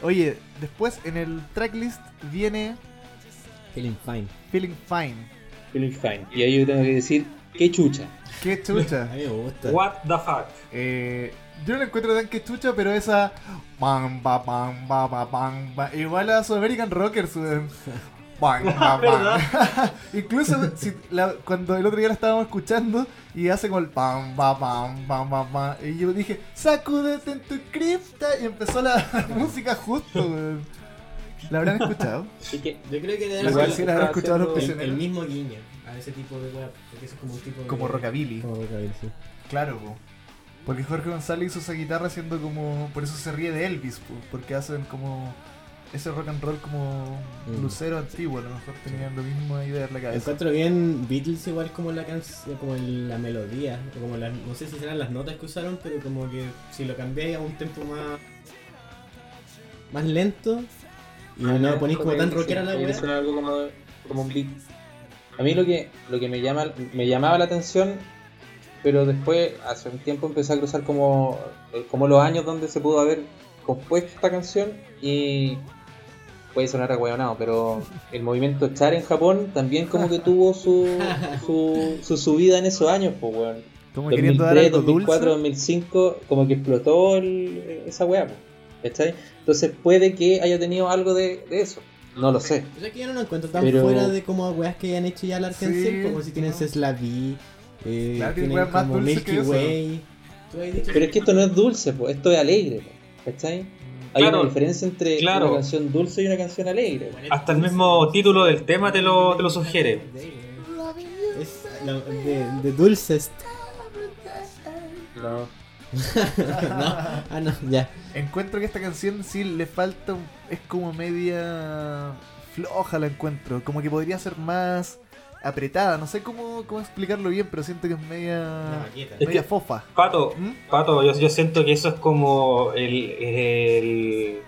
A: Oye, después en el tracklist viene
C: Feeling fine.
A: Feeling Fine.
B: Feeling Fine. Y ahí yo tengo que decir, qué chucha.
A: Qué
C: A
A: chucha.
C: mí me gusta.
D: What the fuck.
A: Eh, yo no la encuentro tan que chucha, pero esa. Bam, ba, bam, ba, ba, bam, ba. Igual a su American Rockers. weón. Bam, ba, bam. Incluso si la- cuando el otro día la estábamos escuchando y hace como el pam, pam, pam, pam, pam, pam. Y yo dije, sacúdete en tu cripta. Y empezó la música justo, weón. ¿La habrán escuchado?
B: Así que,
C: Yo creo que debe
A: Igual
C: ser
A: sí la habrán
B: está
A: escuchado los
B: haciendo
C: el, el
A: prisioneros.
C: mismo guiño a ese tipo de weá. Porque eso es como un tipo de.
A: Como rockabilly.
C: Como rockabilly, sí.
A: Claro, po. Porque Jorge González hizo esa guitarra haciendo como. Por eso se ríe de Elvis, po, porque hacen como. Ese rock and roll como.
C: Mm.
A: Lucero antiguo, a lo mejor tenían lo mismo idea en la cabeza.
C: Encuentro bien Beatles igual como la canción, como el- la melodía, o como las, no sé si serán las notas que usaron, pero como que si lo cambiáis a un tempo más más lento y no lo ponéis como tan
B: Ah, Sí,
C: rockera la
B: tiene que
C: weá.
B: sonar algo como, como un beat. A mí lo que, lo que me, llama, me llamaba la atención, pero después, hace un tiempo, empecé a cruzar como, eh, como los años donde se pudo haber compuesto esta canción y puede sonar agüeonado, pero el movimiento Char en Japón también como que tuvo su, su, su subida en esos años, pues weón.
A: Estamos queriendo dar
B: 2003,
A: algo
B: 2004,
A: dulce.
B: 2005, como que explotó el- esa weá, po, ¿cachai? Entonces puede que haya tenido algo de, de eso, no lo sé.
C: O sea que yo Pues no lo encuentro tan
B: Pero-
C: fuera de como weas que hayan hecho ya la Arkansas,
A: Sí,
C: como si tienes
A: no.
C: Slavi, eh,
A: Claro, tiene
C: tienen
A: weas más
C: como
A: dulces
C: Milky
A: que eso.
C: Way. Tú habías dicho
B: Pero es que esto no es dulce, po, esto es alegre, po, ¿cachai? Hay
D: Claro,
B: una diferencia entre
D: claro.
B: una canción dulce y una canción alegre. po.
A: Eh,
D: Hasta el mismo título del tema te lo- te lo sugiere.
C: Es la- de, de dulces. Ah, no, ya.
A: Encuentro que esta canción sí le falta. un- Es como media. floja la encuentro. Como que podría ser más. apretada. No sé cómo, cómo explicarlo bien, pero siento que es media.
D: Es
A: media
D: que-
A: fofa.
D: Pato,
A: ¿Mm?
D: Pato, yo, yo siento que eso es como el, el-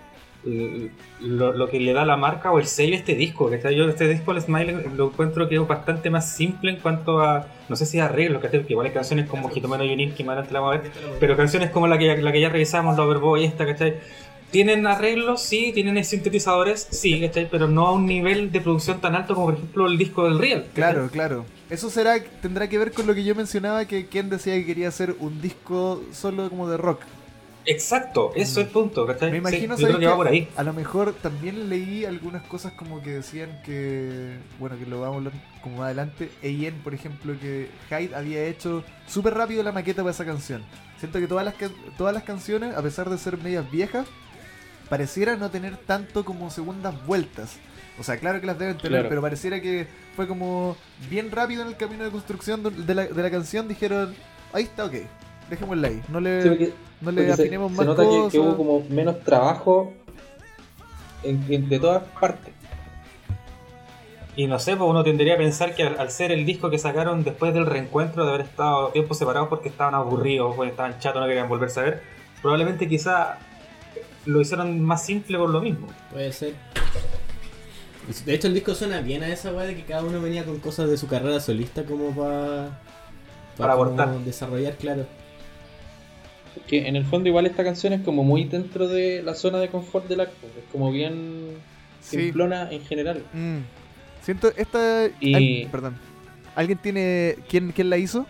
D: el- lo, lo que le da la marca o el sello a este disco. ¿cachai? Yo este disco, el Smile, lo encuentro que es bastante más simple en cuanto a, no sé si arreglos, ¿cachai? porque igual hay canciones como Hitomeno y Unin, que más adelante la vamos a ver, pero canciones como la que, la que ya revisamos, Loverboy, esta, ¿cachai? Tienen arreglos, sí, tienen sintetizadores, sí, ¿cachai? Pero no a un nivel de producción tan alto como, por ejemplo, el disco del Real. ¿cachai?
A: Claro, claro. Eso será tendrá que ver con lo que yo mencionaba que Ken decía que quería hacer un disco solo como de rock.
D: Exacto, eso es el punto, ¿cachai?
A: Me imagino
D: sí, yo
A: ¿sabes
D: creo que va
A: qué?
D: por ahí.
A: A lo mejor también leí algunas cosas como que decían que, bueno, que lo vamos a hablar como más adelante. Eien, por ejemplo, que Hyde había hecho súper rápido la maqueta para esa canción. Siento que todas las, can- todas las canciones, a pesar de ser medias viejas, pareciera no tener tanto como segundas vueltas. O sea, claro que las deben tener,
B: Claro.
A: pero pareciera que fue como bien rápido en el camino de construcción de de la, de la canción. Dijeron, ahí está, ok, dejémosla ahí. No le,
B: Sí, porque-
A: no le
B: porque se,
A: afinemos
B: se
A: más
B: nota que- que,
A: cosas".
B: hubo como menos trabajo en- en- de todas partes.
D: Y no sé, pues uno tendría a pensar que al, al ser el disco que sacaron después del reencuentro, de haber estado tiempo separados porque estaban aburridos, porque estaban chatos, no querían volverse a ver, probablemente quizá lo hicieron más simple por lo mismo.
C: Puede ser. De hecho, el disco suena bien a esa weá de que cada uno venía con cosas de su carrera solista como pa-
D: Para
C: como
D: abortar.
C: desarrollar, claro.
B: Que en el fondo igual esta canción es como muy dentro de la zona de confort del acto, es como bien
A: Sí.
B: simplona en general.
A: Mm. Siento esta.
B: Y-
A: al- perdón. ¿Alguien tiene. ¿Quién, quién la hizo?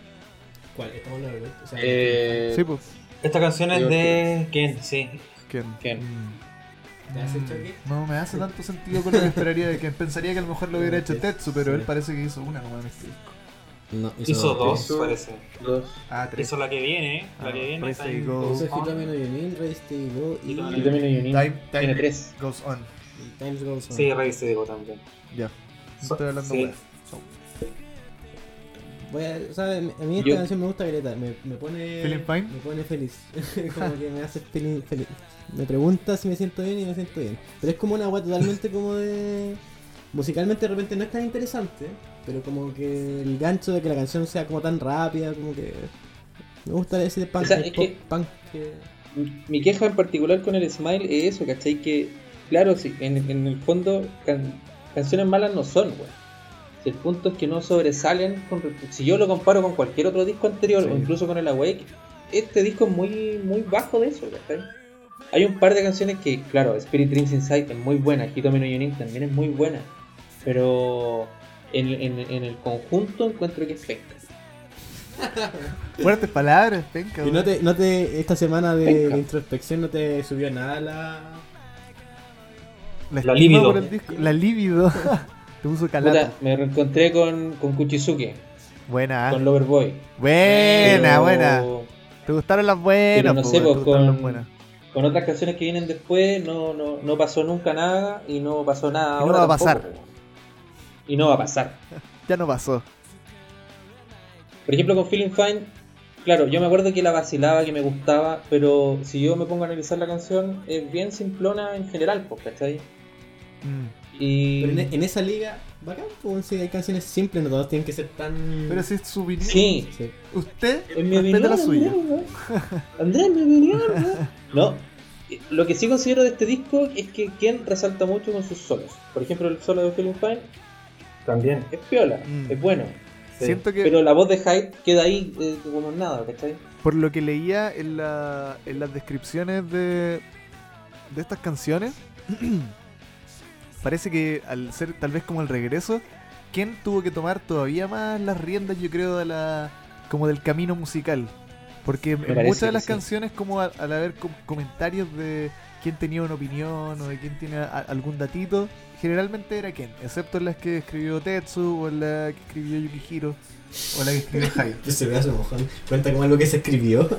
C: ¿Cuál? Estamos hablando de- o sea,
B: Eh,
A: sí, pues.
D: Esta canción es
B: Creo
D: de Ken, sí.
A: ¿Quién?
B: Ken.
A: Mm.
C: ¿Te hace
A: Mm.
C: choque?
A: No me hace tanto sentido con lo que esperaría de Ken. Pensaría que a lo mejor lo hubiera hecho
C: Sí.
A: Tetsu, pero él
C: Sí.
A: parece que hizo una nomás en este disco.
C: no,
D: Hizo dos,
B: Hizo-
D: parece.
B: dos.
A: Ah, tres.
D: Hizo la que viene,
A: Ah,
D: la que viene.
A: Race
D: está en-
A: Day Go.
C: Hizo Hitameno Yonin, Race Day Go y
D: Hitameno
B: Y también hay un
A: Time,
B: himno.
A: time
B: Tiene tres.
A: goes on.
C: Times Goes On.
D: Sí, Race Day Go también.
A: Ya.
D: So-
A: Estoy hablando
D: sí.
A: weas. So,
C: Voy a, o sea, a mí esta
B: Yo-
C: canción me gusta Greta, me, me pone.
A: ¿Feeling fine?
C: Me pone feliz. como que me hace feeling feliz. Me pregunta si me siento bien y me siento bien. Pero es como una agua totalmente como de. Musicalmente de repente no es tan interesante, pero como que el gancho de que la canción sea como tan rápida, como que. Me gusta decir punk,
B: O sea,
C: el
B: es
C: pop
B: que-
C: punk que-
B: Mi- Mi queja en particular con el Smile es eso, ¿cachai? Que, claro, sí, en, en el fondo can- canciones malas no son, weón. Si El punto es que no sobresalen. con re- si yo lo comparo con cualquier otro disco anterior,
A: Sí.
B: o incluso con el Awake, este disco es muy, muy bajo de eso, ¿cachai? Hay un par de canciones que, claro, Spirit Dreams Inside es muy buena, Hito Meno Yunin también es muy buena, pero en, en- en el conjunto encuentro que es pesca.
A: Fuertes palabras, penca.
C: Y no
A: weón.
C: te, no te, esta semana de,
B: Venga.
C: de introspección no te subió nada la.
D: La
A: estima
D: libido.
A: por el disco. La libido. te puso calata.
B: Puta, me reencontré con, con Kuchisuke,
A: Buena,
B: con
A: ¿eh?
B: Loverboy.
A: Buena,
B: Pero-
A: buena. ¿Te gustaron las buenas?
B: Pero no
A: po,
B: sé,
A: weón?
B: po,
A: ¿Te gustaron
B: con-
A: las buenas?
B: Con otras canciones que vienen después no, no, no pasó nunca nada y no pasó
A: Y no
B: nada ahora
A: va a pasar.
B: tampoco. Y no va a pasar.
A: Ya no pasó.
B: Por ejemplo, con Feeling Fine, claro, yo me acuerdo que la vacilaba, que me gustaba, pero si yo me pongo a analizar la canción, es bien simplona en general, pues, ¿cachai?
A: Mm.
B: Y...
C: Pero en, e, en esa liga, bacán, pues sí, hay canciones simples, no todas tienen que ser tan.
A: Pero si es su vinilo.
B: Sí,
C: Sí.
A: Usted
B: en mi
A: respeta
B: opinión.
A: la suya.
B: Andrés, ¿no? Andrés, en mi opinión. No, No, lo que sí considero de este disco es que Ken resalta mucho con sus solos. Por ejemplo, el solo de Feeling Fine
D: También.
B: es piola,
A: Mm.
B: es bueno.
D: Sí.
A: Siento que
B: Pero la voz de Hyde queda ahí eh, como en nada, ¿cachai?
A: por lo que leía en, la- en las descripciones de, de estas canciones, parece que al ser tal vez como el regreso, Ken tuvo que tomar todavía más las riendas, yo creo, de la como del camino musical. Porque en
B: parece
A: muchas de
B: que
A: las
B: sí.
A: canciones, como al, al haber com- comentarios de quién tenía una opinión o de quién tiene a- algún datito, generalmente era Ken, excepto en las que escribió Tetsu o en la que escribió Yukihiro o la que escribió Hyde.
C: Ese brazo mojón cuenta como algo que se escribió.
D: Ah,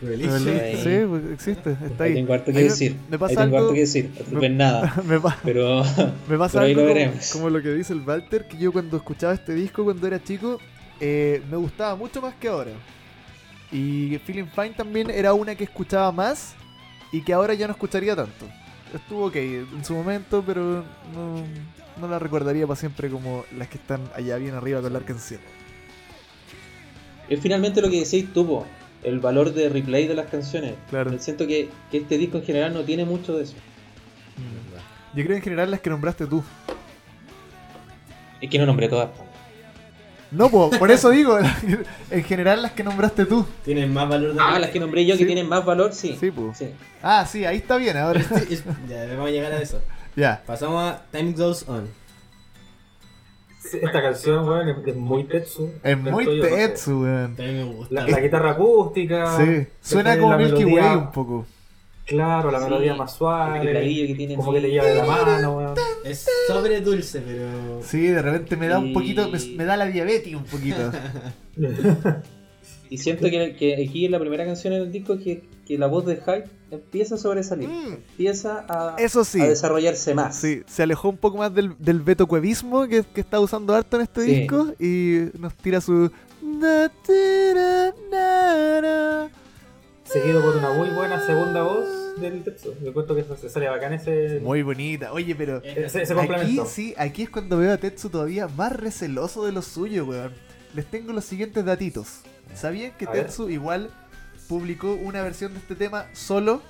A: Pero
C: Religion.
A: el- Sí, pues, existe, está
B: ahí
A: ahí.
B: tengo harto que
A: Ahí me-
B: decir.
A: me pasa
B: ahí tengo
A: algo-
B: harto que decir. No
A: me-
B: ven nada.
A: me, pa-
B: Pero
A: me pasa
B: Pero ahí
A: algo como,
B: lo veremos.
A: como lo que dice el Walter, que yo cuando escuchaba este disco cuando era chico, eh, me gustaba mucho más que ahora. Y Feeling Fine también era una que escuchaba más y que ahora ya no escucharía tanto. Estuvo ok en su momento, pero no, no la recordaría para siempre como las que están allá bien arriba con la canción.
B: es finalmente lo que decís tú, po, el valor de replay de las canciones.
A: Claro.
B: Siento que, que este disco en general no tiene mucho de eso.
A: Mm. Yo creo en general las que nombraste tú.
B: Es que no nombré todas.
A: No, po, por eso digo, en general las que nombraste tú.
C: Tienen más valor de.
B: Ah, las que nombré yo
A: Sí.
B: que tienen más valor, sí.
A: Sí, po.
B: Sí.
A: Ah, sí, ahí está bien ahora.
C: Ya, vamos a llegar a eso.
A: ya.
C: Pasamos a Time Goes On.
D: Esta canción, weón, es, es muy Tetsu.
A: Es muy
D: Estoy-
A: Tetsu, weón.
C: También me gusta.
D: La, la guitarra acústica.
A: Sí, suena
D: Ah, la
A: como Milky
D: melodía-
A: Way un poco.
D: Claro, la
B: Sí,
D: melodía más
B: el tecladillo
D: suave.
B: que tiene
D: Ah, Como
B: así.
D: que le lleva de la mano, weón.
C: Es sobre dulce, pero.
A: Sí, de repente me da un poquito, me,
B: Y-
A: me da la diabetes un poquito.
B: Y siento que, que aquí en la primera canción en el disco que, que la voz de Hyde empieza a sobresalir,
A: Mm,
B: empieza a,
A: eso sí,
B: a desarrollarse más.
A: sí, se alejó un poco más del, del Beto Cuevismo que, que está usando harto en este
B: Sí.
A: disco y nos tira su... Na, tira, na, na.
D: Seguido por una muy buena segunda voz del Tetsu. Me cuento que se sale bacán ese,
A: Muy bonita, oye,
C: Eh,
A: pero...
D: ese, ese
A: Aquí
D: complemento.
A: sí, aquí es cuando veo a Tetsu todavía más receloso de lo suyo, weón. Les tengo los siguientes datitos. ¿Sabían que
D: A ver.
A: Tetsu igual publicó una versión de este tema solo?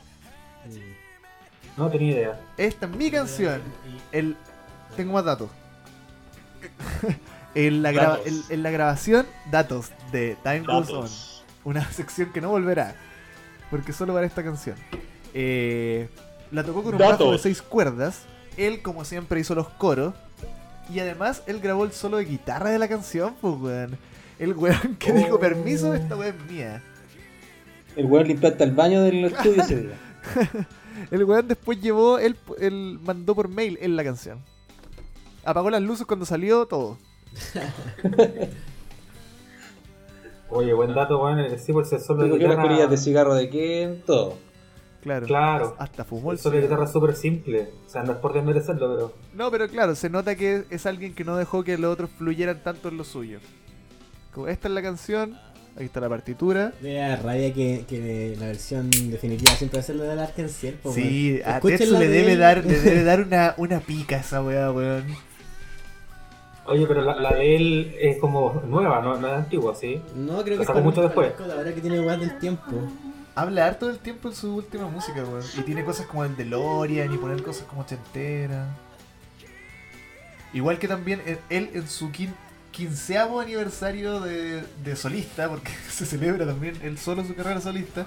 D: No tenía idea.
A: Esta es mi canción. El... Tengo más datos. en, la graba-
B: Datos.
A: en- en la grabación, datos de Time Goes On.
B: Datos.
A: Una sección que no volverá. Porque solo para esta canción. Eh, la tocó con un bajo de
B: Datos.
A: seis cuerdas. Él, como siempre, hizo los coros. Y además, él grabó el solo de guitarra de la canción, pues, weón. El weón que dijo,
D: Oh.
A: permiso, esta weón es mía.
B: El weón le implanta el baño del estudio ese día.
A: El weón después llevó, él, él mandó por mail él la canción. Apagó las luces cuando salió, todo.
D: Oye, buen dato, weón. El sí, por ese solo de
B: Digo, ¿qué las
D: guitarra.
B: de cigarro de quién? Todo.
A: Claro.
D: Claro.
A: Hasta fumó el
D: El solo de
A: cigarro.
D: guitarra es súper simple. O sea, no es por desmerecerlo, pero.
A: No, pero claro, se nota que es alguien que no dejó que los otros fluyeran tanto en lo suyo. Como esta es la canción, aquí está la partitura.
C: Me da rabia que, que la versión definitiva siempre va a ser la pues, del Arkenciel. po,
A: Sí,
C: Oh, weón.
A: a
C: Escuchen
A: Tetsu
C: la
A: le
C: de
A: debe
C: él.
A: dar, le debe dar una, una pica a esa weá, weón.
D: Oye, pero la, la de él es como nueva, no, no es antigua, ¿sí?
C: No, creo
D: Lo
C: que
D: sacó mucho después.
C: La verdad que tiene más del tiempo.
A: Habla harto del tiempo en su última música, weón. Y tiene cosas como el DeLorean y poner cosas como ochentera. Igual que también en- él en su quin- quinceavo aniversario de, de solista, porque se celebra también él solo su carrera solista,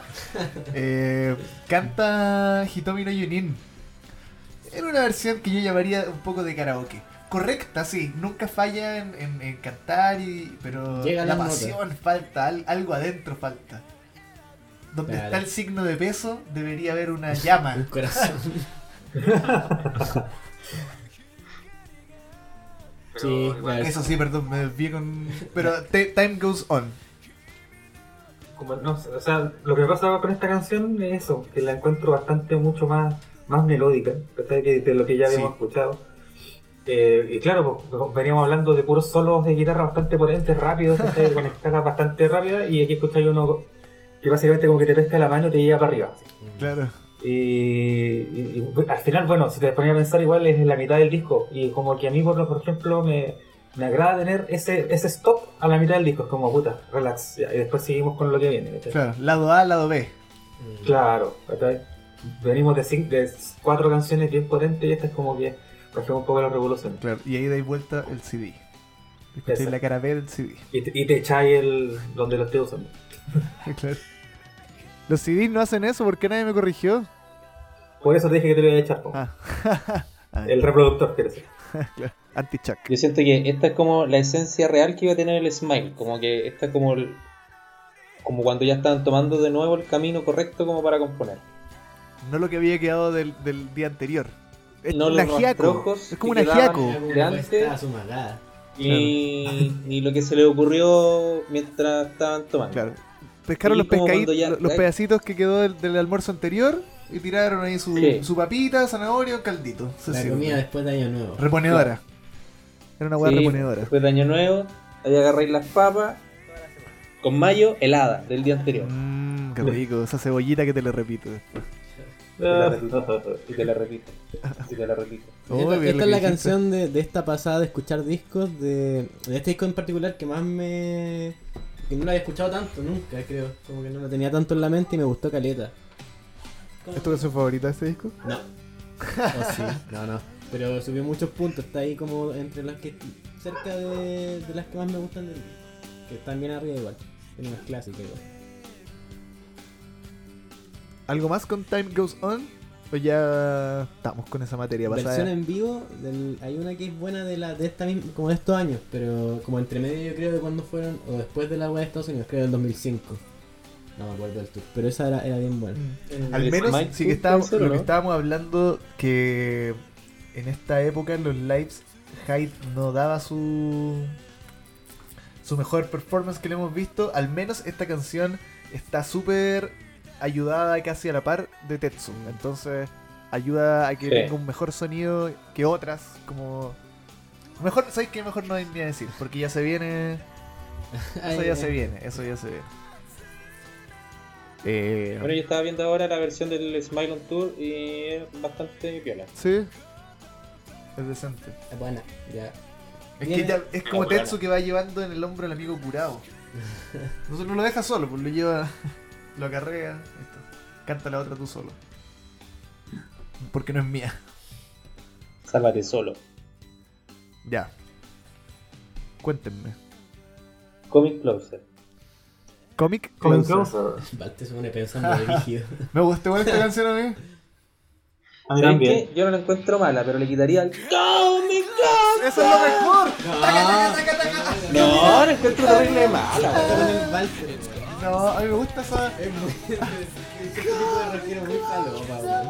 A: eh, canta Hitomi no Yunin. En una versión que yo llamaría un poco de karaoke. Correcta, sí, nunca falla en, en- en cantar, y, pero
C: Llega
A: la
C: la nota.
A: pasión falta, al- algo adentro falta. Donde
C: Claro.
A: está el signo de peso, debería haber una
D: Ah.
A: llama.
C: Un corazón. Sí, claro.
A: Eso sí, perdón, me desvié con. Pero te- time goes on.
D: Como, no, sé, o sea, lo que pasa con esta canción es eso, que la encuentro bastante mucho más, más melódica, ¿cachai? que de lo que ya
A: Sí.
D: habíamos escuchado. Eh, y claro, pues, veníamos hablando de puros solos de guitarra bastante potentes, rápidos, ¿cachai? con escalas bastante rápidas, y aquí escucháis uno que básicamente como que te pesca la mano y te lleva para arriba.
B: Mm.
A: Claro.
D: Y, y- y al final, bueno, si te ponía a pensar, igual es la mitad del disco. Y como que a mí, por, lo- por ejemplo, me, me agrada tener ese, ese stop a la mitad del disco. Es como, puta, relax. ya, y después seguimos con lo que viene. ¿cachai?
A: Claro. Lado A, lado B.
D: Claro, ¿cachai? venimos de, cinco, de cuatro canciones bien potentes y esta es como que bajamos un poco la revolución.
A: Claro. Y ahí dais vuelta el CD. Escucháis
D: Exacto.
A: la cara B del CD.
D: Y te, y te echáis el, donde lo estés usando.
A: Claro. Los CDs no hacen eso porque nadie me corrigió.
D: Por eso te dije que te lo iba a echar, po.
A: Ah.
D: el reproductor, quiere decir.
A: Anti-chuck.
B: Yo siento que esta es como la esencia real que iba a tener el Smile. Como que esta es como, el- como cuando ya estaban tomando de nuevo el camino correcto como para componer.
A: No lo que había quedado del, del día anterior. Es
B: No
A: una
B: los
A: ajiaco.
B: rastrojos
A: Es como un
B: que quedaban
A: ajiaco.
B: Grande.
C: Está sumagada.
B: Y, y lo que se le ocurrió mientras estaban tomando.
A: Claro. Pescaron
B: Y
A: los,
B: como
A: pescaditos,
B: cuando ya-
A: los pedacitos que quedó del, del almuerzo anterior y tiraron ahí su,
B: Sí.
A: su papita, zanahoria, un caldito. Se
C: La
A: sirve.
C: comida después de Año Nuevo.
A: Reponedora. Era una hueá
B: Sí,
A: reponedora.
B: Después de Año Nuevo, ahí agarráis las papas con mayo helada del día anterior.
A: Mmm, qué rico, esa cebollita que te le repito.
B: Y te la repito. Y te la repito.
A: Oh, bien lo
C: esta esta es
A: que
C: la
A: dijiste.
C: canción de, de esta pasada de escuchar discos, de, de este disco en particular que más me... que no lo había escuchado tanto nunca, creo. Como que no lo tenía tanto en la mente y me gustó Caleta.
A: ¿Es tu canción favorita de este disco?
C: No. Oh, sí, no, no. Pero subió muchos puntos, está ahí como entre las que... cerca de, de las que más me gustan del disco. Que están bien arriba igual. Tiene unas clásicas igual.
A: ¿Algo más con Time Goes On? o ya estamos con esa materia pasada?
C: Versión en vivo, del- hay una que es buena de la de esta misma, como de estos años, pero como entre medio yo creo de cuando fueron, o después de la web de Estados Unidos, creo del 2005. No me acuerdo del tour, pero esa era, era bien buena.
A: Mm.
B: Eh,
A: Al
B: de
A: menos
B: Mike
A: sí
B: Cook,
A: que estábamos,
B: puede ser,
A: lo
B: ¿o
A: que
B: no?
A: estábamos hablando que en esta época en los lives Hyde no daba su su mejor performance que le hemos visto, al menos esta canción está súper ayudada casi a la par de Tetsu, entonces ayuda a que
B: Sí.
A: tenga un mejor sonido que otras, como mejor, ¿sabéis qué? Mejor no hay ni a decir, porque ya se viene eso
C: Ay,
A: ya
C: ay.
A: se viene, eso ya se viene. Eh,
B: Bueno, yo estaba viendo ahora la versión del Smile on Tour y es bastante piola.
A: Sí. Es decente.
C: Es buena, ya.
A: Es
C: Viene-
A: que ya es como
B: Ah, bueno.
A: Tetsu que va llevando en el hombro al amigo curado. No, se- no lo deja solo, pues lo lleva. Lo acarrea. Esto. Canta la otra tú solo. Porque no es mía.
B: Sálvate solo.
A: Ya. Cuéntenme.
B: Coming Closer.
A: Comic
D: Coming
A: Closer.
D: Closer.
C: Balte se pone pensando de rígido.
A: Me gustó igual esta canción a mí.
D: A mí
B: ¿Saben
D: también.
B: qué? Yo no la encuentro mala, pero le quitaría el Coming Closer.
A: ¡Eso es lo mejor!
B: No, la encuentro terrible
A: Ah,
B: mala.
C: Está con el vals, pero, bueno.
A: No, a mí me gusta esa.
C: Es muy. Ese tipo de rockero muy paloma, weón.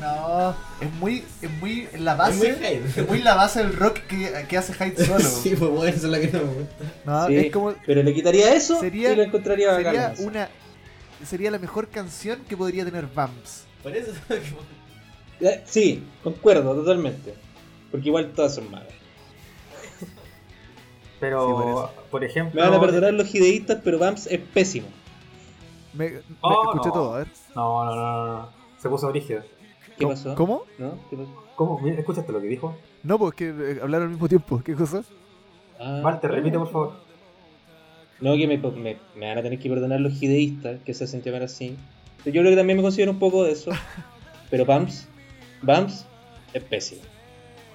A: No, es muy, es muy la base.
C: Es muy Hyde.
A: Es muy la base del rock que, que hace Hyde solo.
C: Sí, pues bueno, eso es lo que no me gusta.
A: No,
B: Sí,
A: es como.
B: Pero le quitaría eso
A: Sería-
B: y lo encontraría
A: Sería
B: bacán.
A: una. Sería la mejor canción que podría tener Vamps.
C: Por eso es lo que
B: Eh, Sí, concuerdo totalmente. Porque igual todas son malas.
A: Sí, por
D: Pero,
A: eso.
D: por
B: Me van a
D: ejemplo.
B: perdonar los gideístas, pero Vamps es pésimo.
A: Me, me
D: Oh,
A: escuché
D: no.
A: todo, a ver.
D: No, no, no, no, no. Se puso brígido.
B: ¿Qué
A: ¿Cómo-
B: pasó?
A: ¿Cómo?
B: ¿No? ¿Qué pasó?
D: ¿Cómo? Mira, ¿Escuchaste lo que dijo?
A: No, porque eh, hablaron al mismo tiempo. ¿Qué cosa?
B: Ah,
D: Walter, repite por favor.
B: No, que me, me, me van a tener que perdonar los gideístas que se hacen llamar así. Pero Yo creo que también me considero un poco de eso. Pero Vamps, Vamps es pésimo.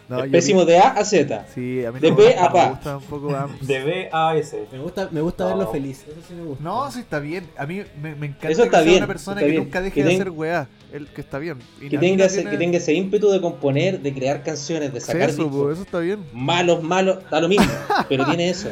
A: No,
B: es
A: yo-
B: pésimo de A a Z.
A: Sí, a mí
B: De
A: no,
B: pe
A: no
B: a pa.
A: me gusta tampoco Vamps.
D: De B a S.
C: Me gusta, me gusta
D: No.
C: verlo feliz, eso sí me gusta.
A: No, sí está bien. A mí me, me encanta
B: Eso está
A: que sea
B: bien,
A: una persona
B: está
A: que
B: bien.
A: nunca deje
B: Que
A: de
B: ten-
A: hacer weá. El que está bien. Y
B: Que
A: a mí
B: tenga,
A: no
B: ese,
A: tiene-
B: que tenga ese ímpetu de componer, de crear canciones, de
A: Sí,
B: sacar
A: eso,
B: discos.
A: pues, eso está bien.
B: Malos, malos, da lo mismo. pero tiene eso.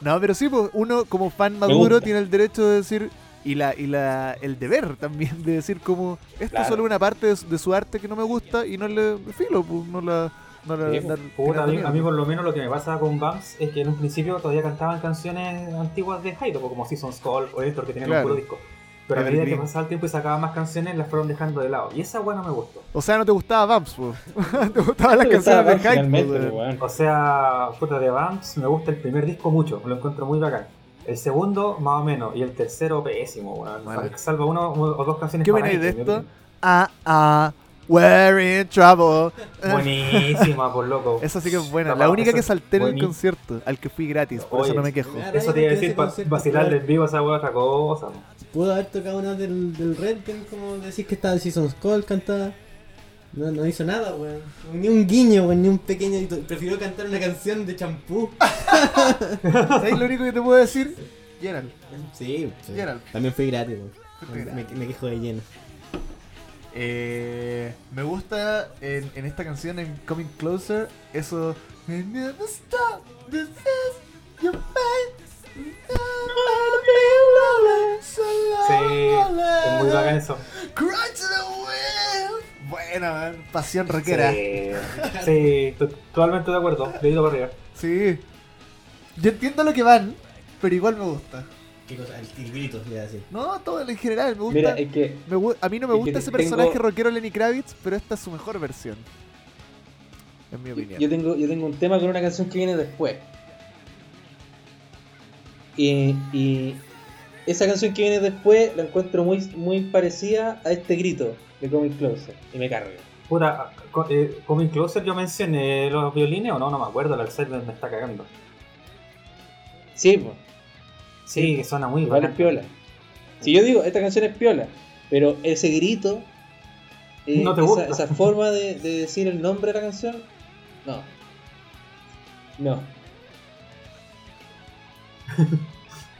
A: No, pero sí, pues uno como fan
B: gusta.
A: maduro tiene el derecho de decir y la y la el deber también de decir como esto
B: Claro.
A: es solo una parte de, su- de su arte que no me gusta y no le filo, pues no la no la
B: Sí,
A: andar
D: Puta, a, mí,
A: tirando
D: a mí
A: mierda.
D: por lo menos lo que me pasa con Bams es que en un principio todavía cantaban canciones antiguas de Hyde, como Season's Call o Héctor, que tenían
A: Claro.
D: un puro disco. Pero a medida que
A: Evergreen.
D: pasaba el tiempo y sacaba más canciones, las fueron dejando de lado. Y esa weá no me gustó.
A: O sea, no te gustaba Vamps, pues. te gustaban las
B: Me gustaba
A: canciones de
B: Vamps
A: Hype,
B: finalmente,
A: pues,
B: pero
A: weón.
B: bueno.
D: O sea, puta, de Bams me gusta el primer disco mucho, lo encuentro muy bacán. El segundo, más o menos, y el tercero, pésimo, weón.
A: Vale.
D: Sal- Salvo uno o dos canciones
A: ¿Qué
D: para
A: opináis de
D: Hyde,
A: esto? Ah, ah, we're in trouble.
D: Buenísima, por loco.
A: Esa sí que es buena.
D: Está
A: La
D: pa-
A: única
D: esa-
A: que salté en el
D: buenísima.
A: concierto, al que fui gratis, por eso
D: Oye,
A: no me quejo.
C: me da-
D: Eso te iba a
C: Ese
D: decir, pa-
C: concierto,
D: vacilarle
C: claro.
D: en vivo a esa weá es otra cosa. weón.
C: Pudo haber tocado una del, del Red Bull, como decís que estaba Season's Call cantada. No, no hizo nada, weón. Ni un guiño, weón, ni un pequeño. Prefirió cantar una canción de champú.
A: ¿Sabes lo único que te puedo decir? Gerald.
C: Sí, sí.
A: Gerald.
C: También fui gratis, weón.
A: Fuiste
C: Me, me quejo de lleno.
A: Eh, me gusta en, en esta canción, en Coming Closer, eso. "And never stop, this is your fight, and I'll be rolling, so
D: Sí,
A: long,
D: es muy bacán eso.
A: Cry to the wind. Bueno, man, pasión rockera. Sí.
D: Sí, sí, to- totalmente de acuerdo, dedito para arriba.
A: Yo entiendo lo que van, pero igual me gusta.
C: Qué cosa, el, el grito, le da así.
A: No, todo en general, me gusta.
B: Mira, es que
A: me gu- a mí no me
B: es que
A: gusta ese
B: tengo-
A: personaje rockero Lenny Kravitz, pero esta es su mejor versión. En mi opinión.
B: Yo tengo, yo tengo un tema con una canción que viene después. Y, y esa canción que viene después la encuentro muy, muy parecida a este grito de Comic Closer. Y me carga.
D: Puta, co- eh, Coming Closer yo mencioné los violines o no, no me acuerdo, el Alzheimer me está cagando.
B: Sí, po,
D: Sí, que suena muy
B: igual es
D: bacán.
B: piola. Si yo digo, esta canción es piola, pero ese grito, eh,
D: No te
B: esa,
D: gusta.
B: esa forma de, de decir el nombre de la canción, no. No.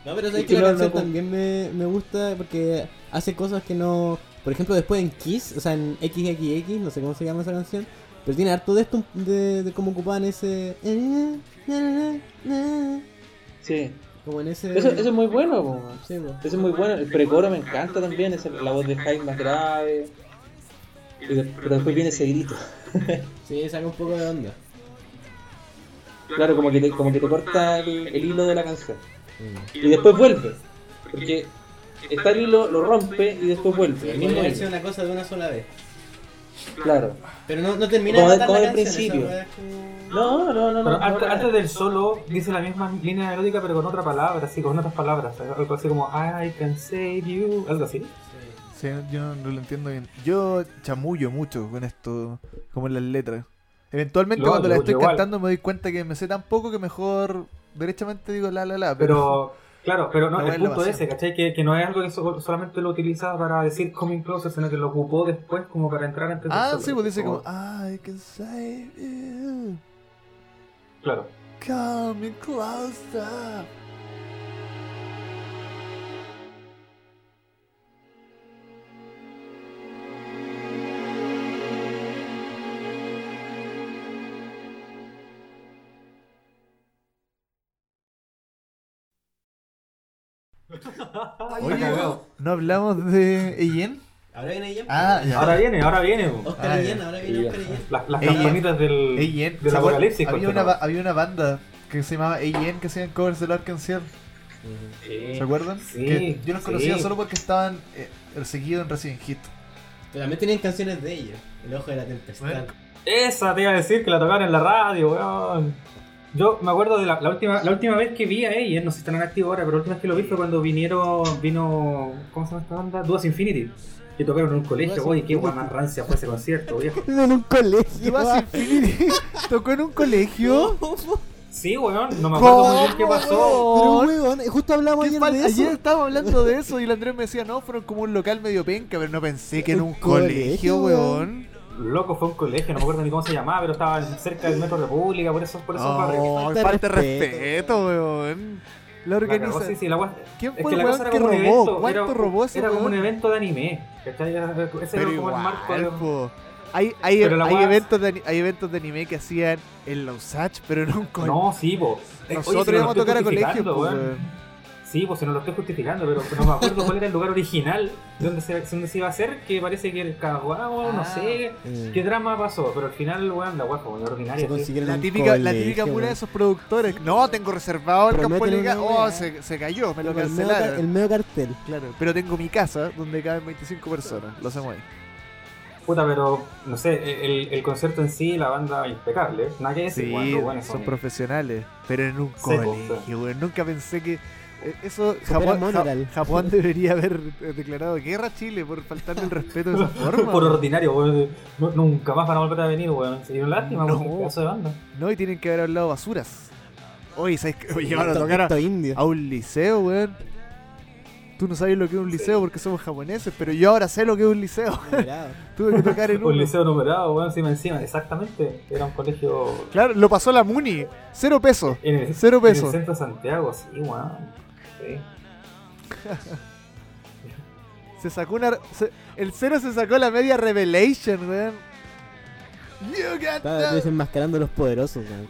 C: No, pero
B: Es
C: sabes
B: que
C: que la
B: no,
C: canción
B: no, como-
C: también me, me gusta porque hace cosas que no. Por ejemplo, después en Kiss, o sea, en XXX, no sé cómo se llama esa canción, pero tiene harto de esto, de, de cómo ocupaban ese. eh,
B: Sí.
C: Como en ese.
B: Eso, eso es muy bueno, po.
C: Sí, po.
B: Eso es muy bueno. El precoro me encanta también, esa- la voz de Hyde más grave. Y de- pero después viene ese grito.
C: Sí, saca un poco de onda.
B: Claro, como que te, como que te corta el, el hilo de la canción.
C: Mm.
B: Y después vuelve. Porque está el hilo, lo rompe y después
C: Sí,
B: vuelve. El mismo
C: podría haber sido
B: hilo.
C: una cosa de una sola vez.
B: Claro.
C: Pero no, no termina
B: Como-
C: de cantar
B: como
C: la
B: al
C: canción,
B: principio.
C: esa weá es como-
B: No, no, no, no.
D: Pero
B: no,
D: antes,
B: nada.
D: antes del solo dice la misma línea melódica pero con otra palabra, así, con otras palabras. eh, Algo así como I can save you, algo así.
A: Sí, yo no lo entiendo bien. Yo chamullo mucho con esto, como en las letras. Eventualmente
D: Lo-
A: cuando las
D: lo-
A: estoy
D: igual.
A: cantando me doy cuenta que me sé tan poco que mejor derechamente digo la la la.
D: Pero, claro, pero no,
A: La
D: el
A: buena
D: punto
A: innovación.
D: ese, ¿cachai? Que, que no es algo que so- solamente lo utilizaba para decir coming closer, sino que lo ocupó después como para entrar antes del
A: Ah,
D: solo.
A: sí, pues dice como
D: Oh,
A: I can save you.
D: Claro.
A: Come closer. Oye,
D: cagado.
A: ¿no hablamos de Eyen?
C: Ahora viene ella.
A: Ah, ya.
D: Ahora viene, ahora viene. po.
C: Oscar
A: Ah,
C: Guillén,
A: ya.
C: ahora viene Oscar Guillén.
D: Las, las
A: Ella.
D: campanitas
A: Eyen.
D: del, del
A: E ¿Se acuerdan?
D: apocalipsis.
A: Había
D: corte,
A: una,
D: no.
A: ba- había una banda que se llamaba Eyen que hacían covers de Larkin Ciel.
D: Sí.
A: ¿Se acuerdan?
D: Sí,
A: que yo los
D: sí.
A: conocía solo porque estaban eh, perseguidos en Resident Hit.
C: Pero también tenían canciones de ellos. El ojo de la tempestad.
A: Bueno.
D: Esa te iba a decir que la tocaban en la radio, weón. Yo me acuerdo de la, la última la última vez que vi a ella, no sé si están activos ahora, pero la última vez que lo vi fue cuando vinieron, vino, ¿cómo se llama esta banda? Duas Infinity. Que tocaron en un colegio,
C: Dudas
D: oye, qué guay más rancia fue ese concierto, viejo.
C: en un colegio.
A: Dimas Infinity tocó en un colegio.
D: Sí, weón, no me acuerdo muy bien qué pasó.
A: Pero,
C: justo hablamos
A: ¿Qué fal- ayer estábamos hablando de eso y el Andrés me decía, no, fueron como un local medio penca, pero no pensé que en
C: Un
A: un,
C: colegio,
A: colegio,
C: weón.
A: weón.
D: Loco, fue un colegio, no me acuerdo ni cómo se llamaba, pero estaba cerca del Metro República, por eso, por eso barrios.
A: Oh,
C: Falta
A: falta de
C: respeto.
A: respeto, weón. La
D: La cagó,
A: organiza.
D: sí, sí, la guay-
A: ¿Quién
D: Es
A: fue
D: que
A: el
D: la cosa
A: weón
D: era
A: que
D: como un
A: robó?
D: evento,
A: ¿Cuánto
D: era,
A: robó ese
D: era como un
A: weón?
D: evento de anime. ¿cachai? Era- Ese
A: Pero
D: era como el marco
A: igual,
D: de-
A: po. Hay, hay,
D: Pero la
A: hay
D: weá-
A: eventos de, ani- hay eventos de anime que hacían en Lausach, pero no en un colegio.
D: No, sí, po. Eh,
A: Nosotros
D: oye, si no lo
A: íbamos a
D: estoy
A: tocar a colegio,
D: justificando,
A: po,
D: weón.
A: weón.
D: Sí, pues se nos lo estoy justificando, pero no me acuerdo cuál era el lugar original donde se, donde se iba a hacer, que parece que el Caguao, no
A: Ah.
D: sé,
C: Eh,
D: qué drama pasó, pero al final, weón, la guapa, weón, ordinaria. sí.
A: La típica, la típica pura de esos productores. No, tengo reservado el campo
C: Prometen
A: legal.
C: una
A: Oh,
C: weá.
A: se, se cayó, me lo
C: el, medio,
A: cancelaron.
C: car- el medio cartel.
A: Claro, pero tengo mi casa donde caben 25 personas. Lo hacemos ahí.
D: Puta, pero, no sé, el, el concierto en sí, la banda impecable, ¿eh? nada que decir,
A: Sí,
D: weón, los weones
A: son
D: son-
A: profesionales. Pero en un
D: Sí, pues,
A: colegio, weón. Nunca pensé que. eh, Eso, Japón,
C: Monogal.
A: Ja- Japón debería haber eh, declarado guerra a Chile por faltarle el respeto de esa forma.
D: Por
A: weón.
D: ordinario, weón, no- nunca más van a volver a venir, weón. Se dieron lástima,
A: No.
D: weón, qué pedazo de banda.
A: No, y tienen que haber hablado basuras. Oye, ¿sabes qué? Oye, van a
C: Esto-
A: tocar a,
C: esto indio.
A: a un liceo, weón. Tú no sabes lo que es un liceo porque somos japoneses, pero yo ahora sé lo que es un liceo.
C: Numerado.
A: Tuve que tocar en
D: Un
A: uno.
D: liceo numerado, weón, encima, encima, exactamente. Era un colegio
A: Claro, lo pasó la Muni. Cero pesos.
D: en el,
A: Cero
D: en el
A: pesos.
D: centro de Santiago, sí, weón. Sí.
A: Se sacó una. se- el cero se sacó la media Revelation, weón. You got
C: Estaba
A: that.
C: desenmascarando a los poderosos, weón.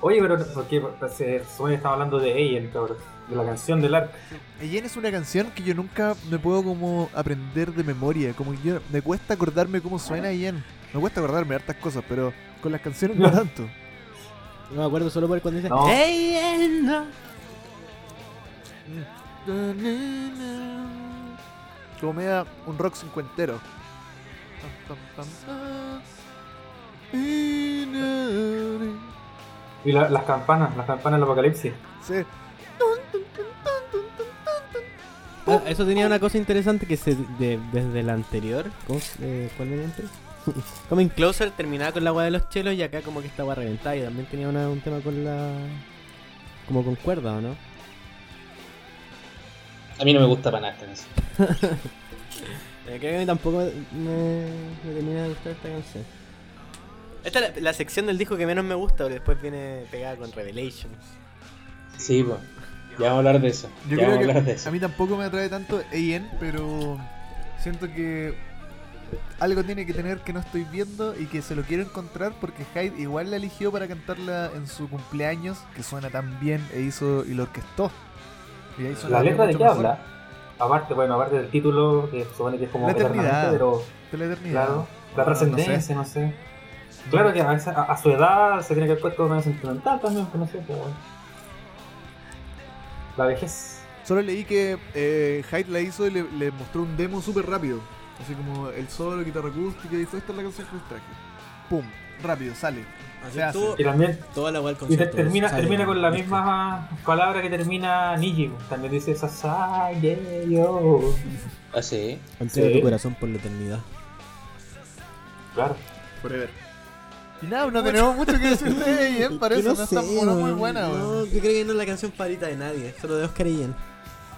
D: Oye, pero porque se supone que pues, eh, estaba hablando de Alien, cabrón, de la canción del arco.
A: Alien es una canción que yo nunca me puedo como aprender de memoria. Como que yo, me cuesta acordarme cómo suena Alien. Me cuesta acordarme de hartas cosas, pero con las canciones no tanto.
C: No me acuerdo solo por cuando "Eh, dice.
D: No.
C: "Ey, no".
A: Como me da un rock cincuentero. Tam, tam, tam, tam.
D: Y la- las campanas, las campanas del apocalipsis.
A: Sí.
C: Ah, eso tenía una cosa interesante que se de- desde la anterior. ¿Cómo se- eh, ¿Cuál venía antes? Coming Closer terminaba con la agua de los chelos y acá como que estaba reventada y también tenía una- un tema con la. como con cuerda, ¿o no?
B: A mí no me gusta para nada esta canción.
C: Eh, Creo que a mí tampoco me, me termina de gustar esta canción. Esta es la, la sección del disco que menos me gusta, pero después viene pegada con Revelations.
B: Sí, pues. Ya vamos a hablar de eso.
A: Yo
B: ya vamos
A: creo
B: a hablar de
A: que
B: eso.
A: a mí tampoco me atrae tanto AN, pero siento que algo tiene que tener que no estoy viendo y que se lo quiero encontrar porque Hyde igual la eligió para cantarla en su cumpleaños, que suena tan bien e hizo y lo orquestó. Y ahí
D: La
A: suena
D: letra de
A: mucho
D: qué
A: mejor.
D: habla. Aparte, bueno, aparte del título, que supone que es como
A: La eternidad.
D: pero
A: De la eternidad.
D: claro, la
A: Bueno, no sé.
D: trascendencia, no sé. Claro que a, esa- a- a su edad se tiene que haber puesto medio sentimental también, pero no sé, pero bueno. La vejez.
A: Solo leí que eh, Hyde la hizo y le, le mostró un demo súper rápido. Así como el solo, guitarra acústica, y dijo, esta es la canción que os traje. Pum, rápido, sale.
C: Así
A: Se hace.
C: estuvo
D: Y también
C: toda la web
D: Ah,
C: con
D: y te- termina, termina con la misma palabra que termina Niji. pues. También dice Sasai, yo.
B: Ah, sí.
C: Entrega
D: Sí.
C: tu corazón por la eternidad.
D: Claro.
A: Forever. Y nada, no tenemos mucho que decir de ella, parece. No, está
C: sé,
A: no es muy
C: weón.
A: buena,
C: No,
A: weón. Ah.
C: yo creo que no es la canción favorita de nadie, solo de Oscar y Ian.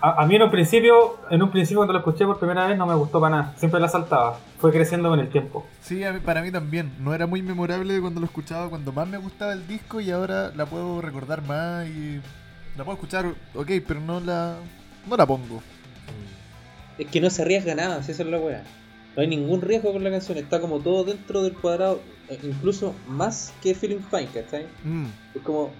D: A, a mí en un principio, en un principio cuando la escuché por primera vez no me gustó para nada. Siempre la saltaba. Fue creciendo con el tiempo.
A: Sí, a mí- para mí también. No era muy memorable cuando lo escuchaba, cuando más me gustaba el disco y ahora la puedo recordar más y la puedo escuchar, ok, pero no la, no la pongo.
B: Es que no se arriesga nada, si esa es la weá. No hay ningún riesgo con la canción, está como todo dentro del cuadrado, eh, incluso más que Feeling Fine, ¿cachai?
A: Mm.
B: Es como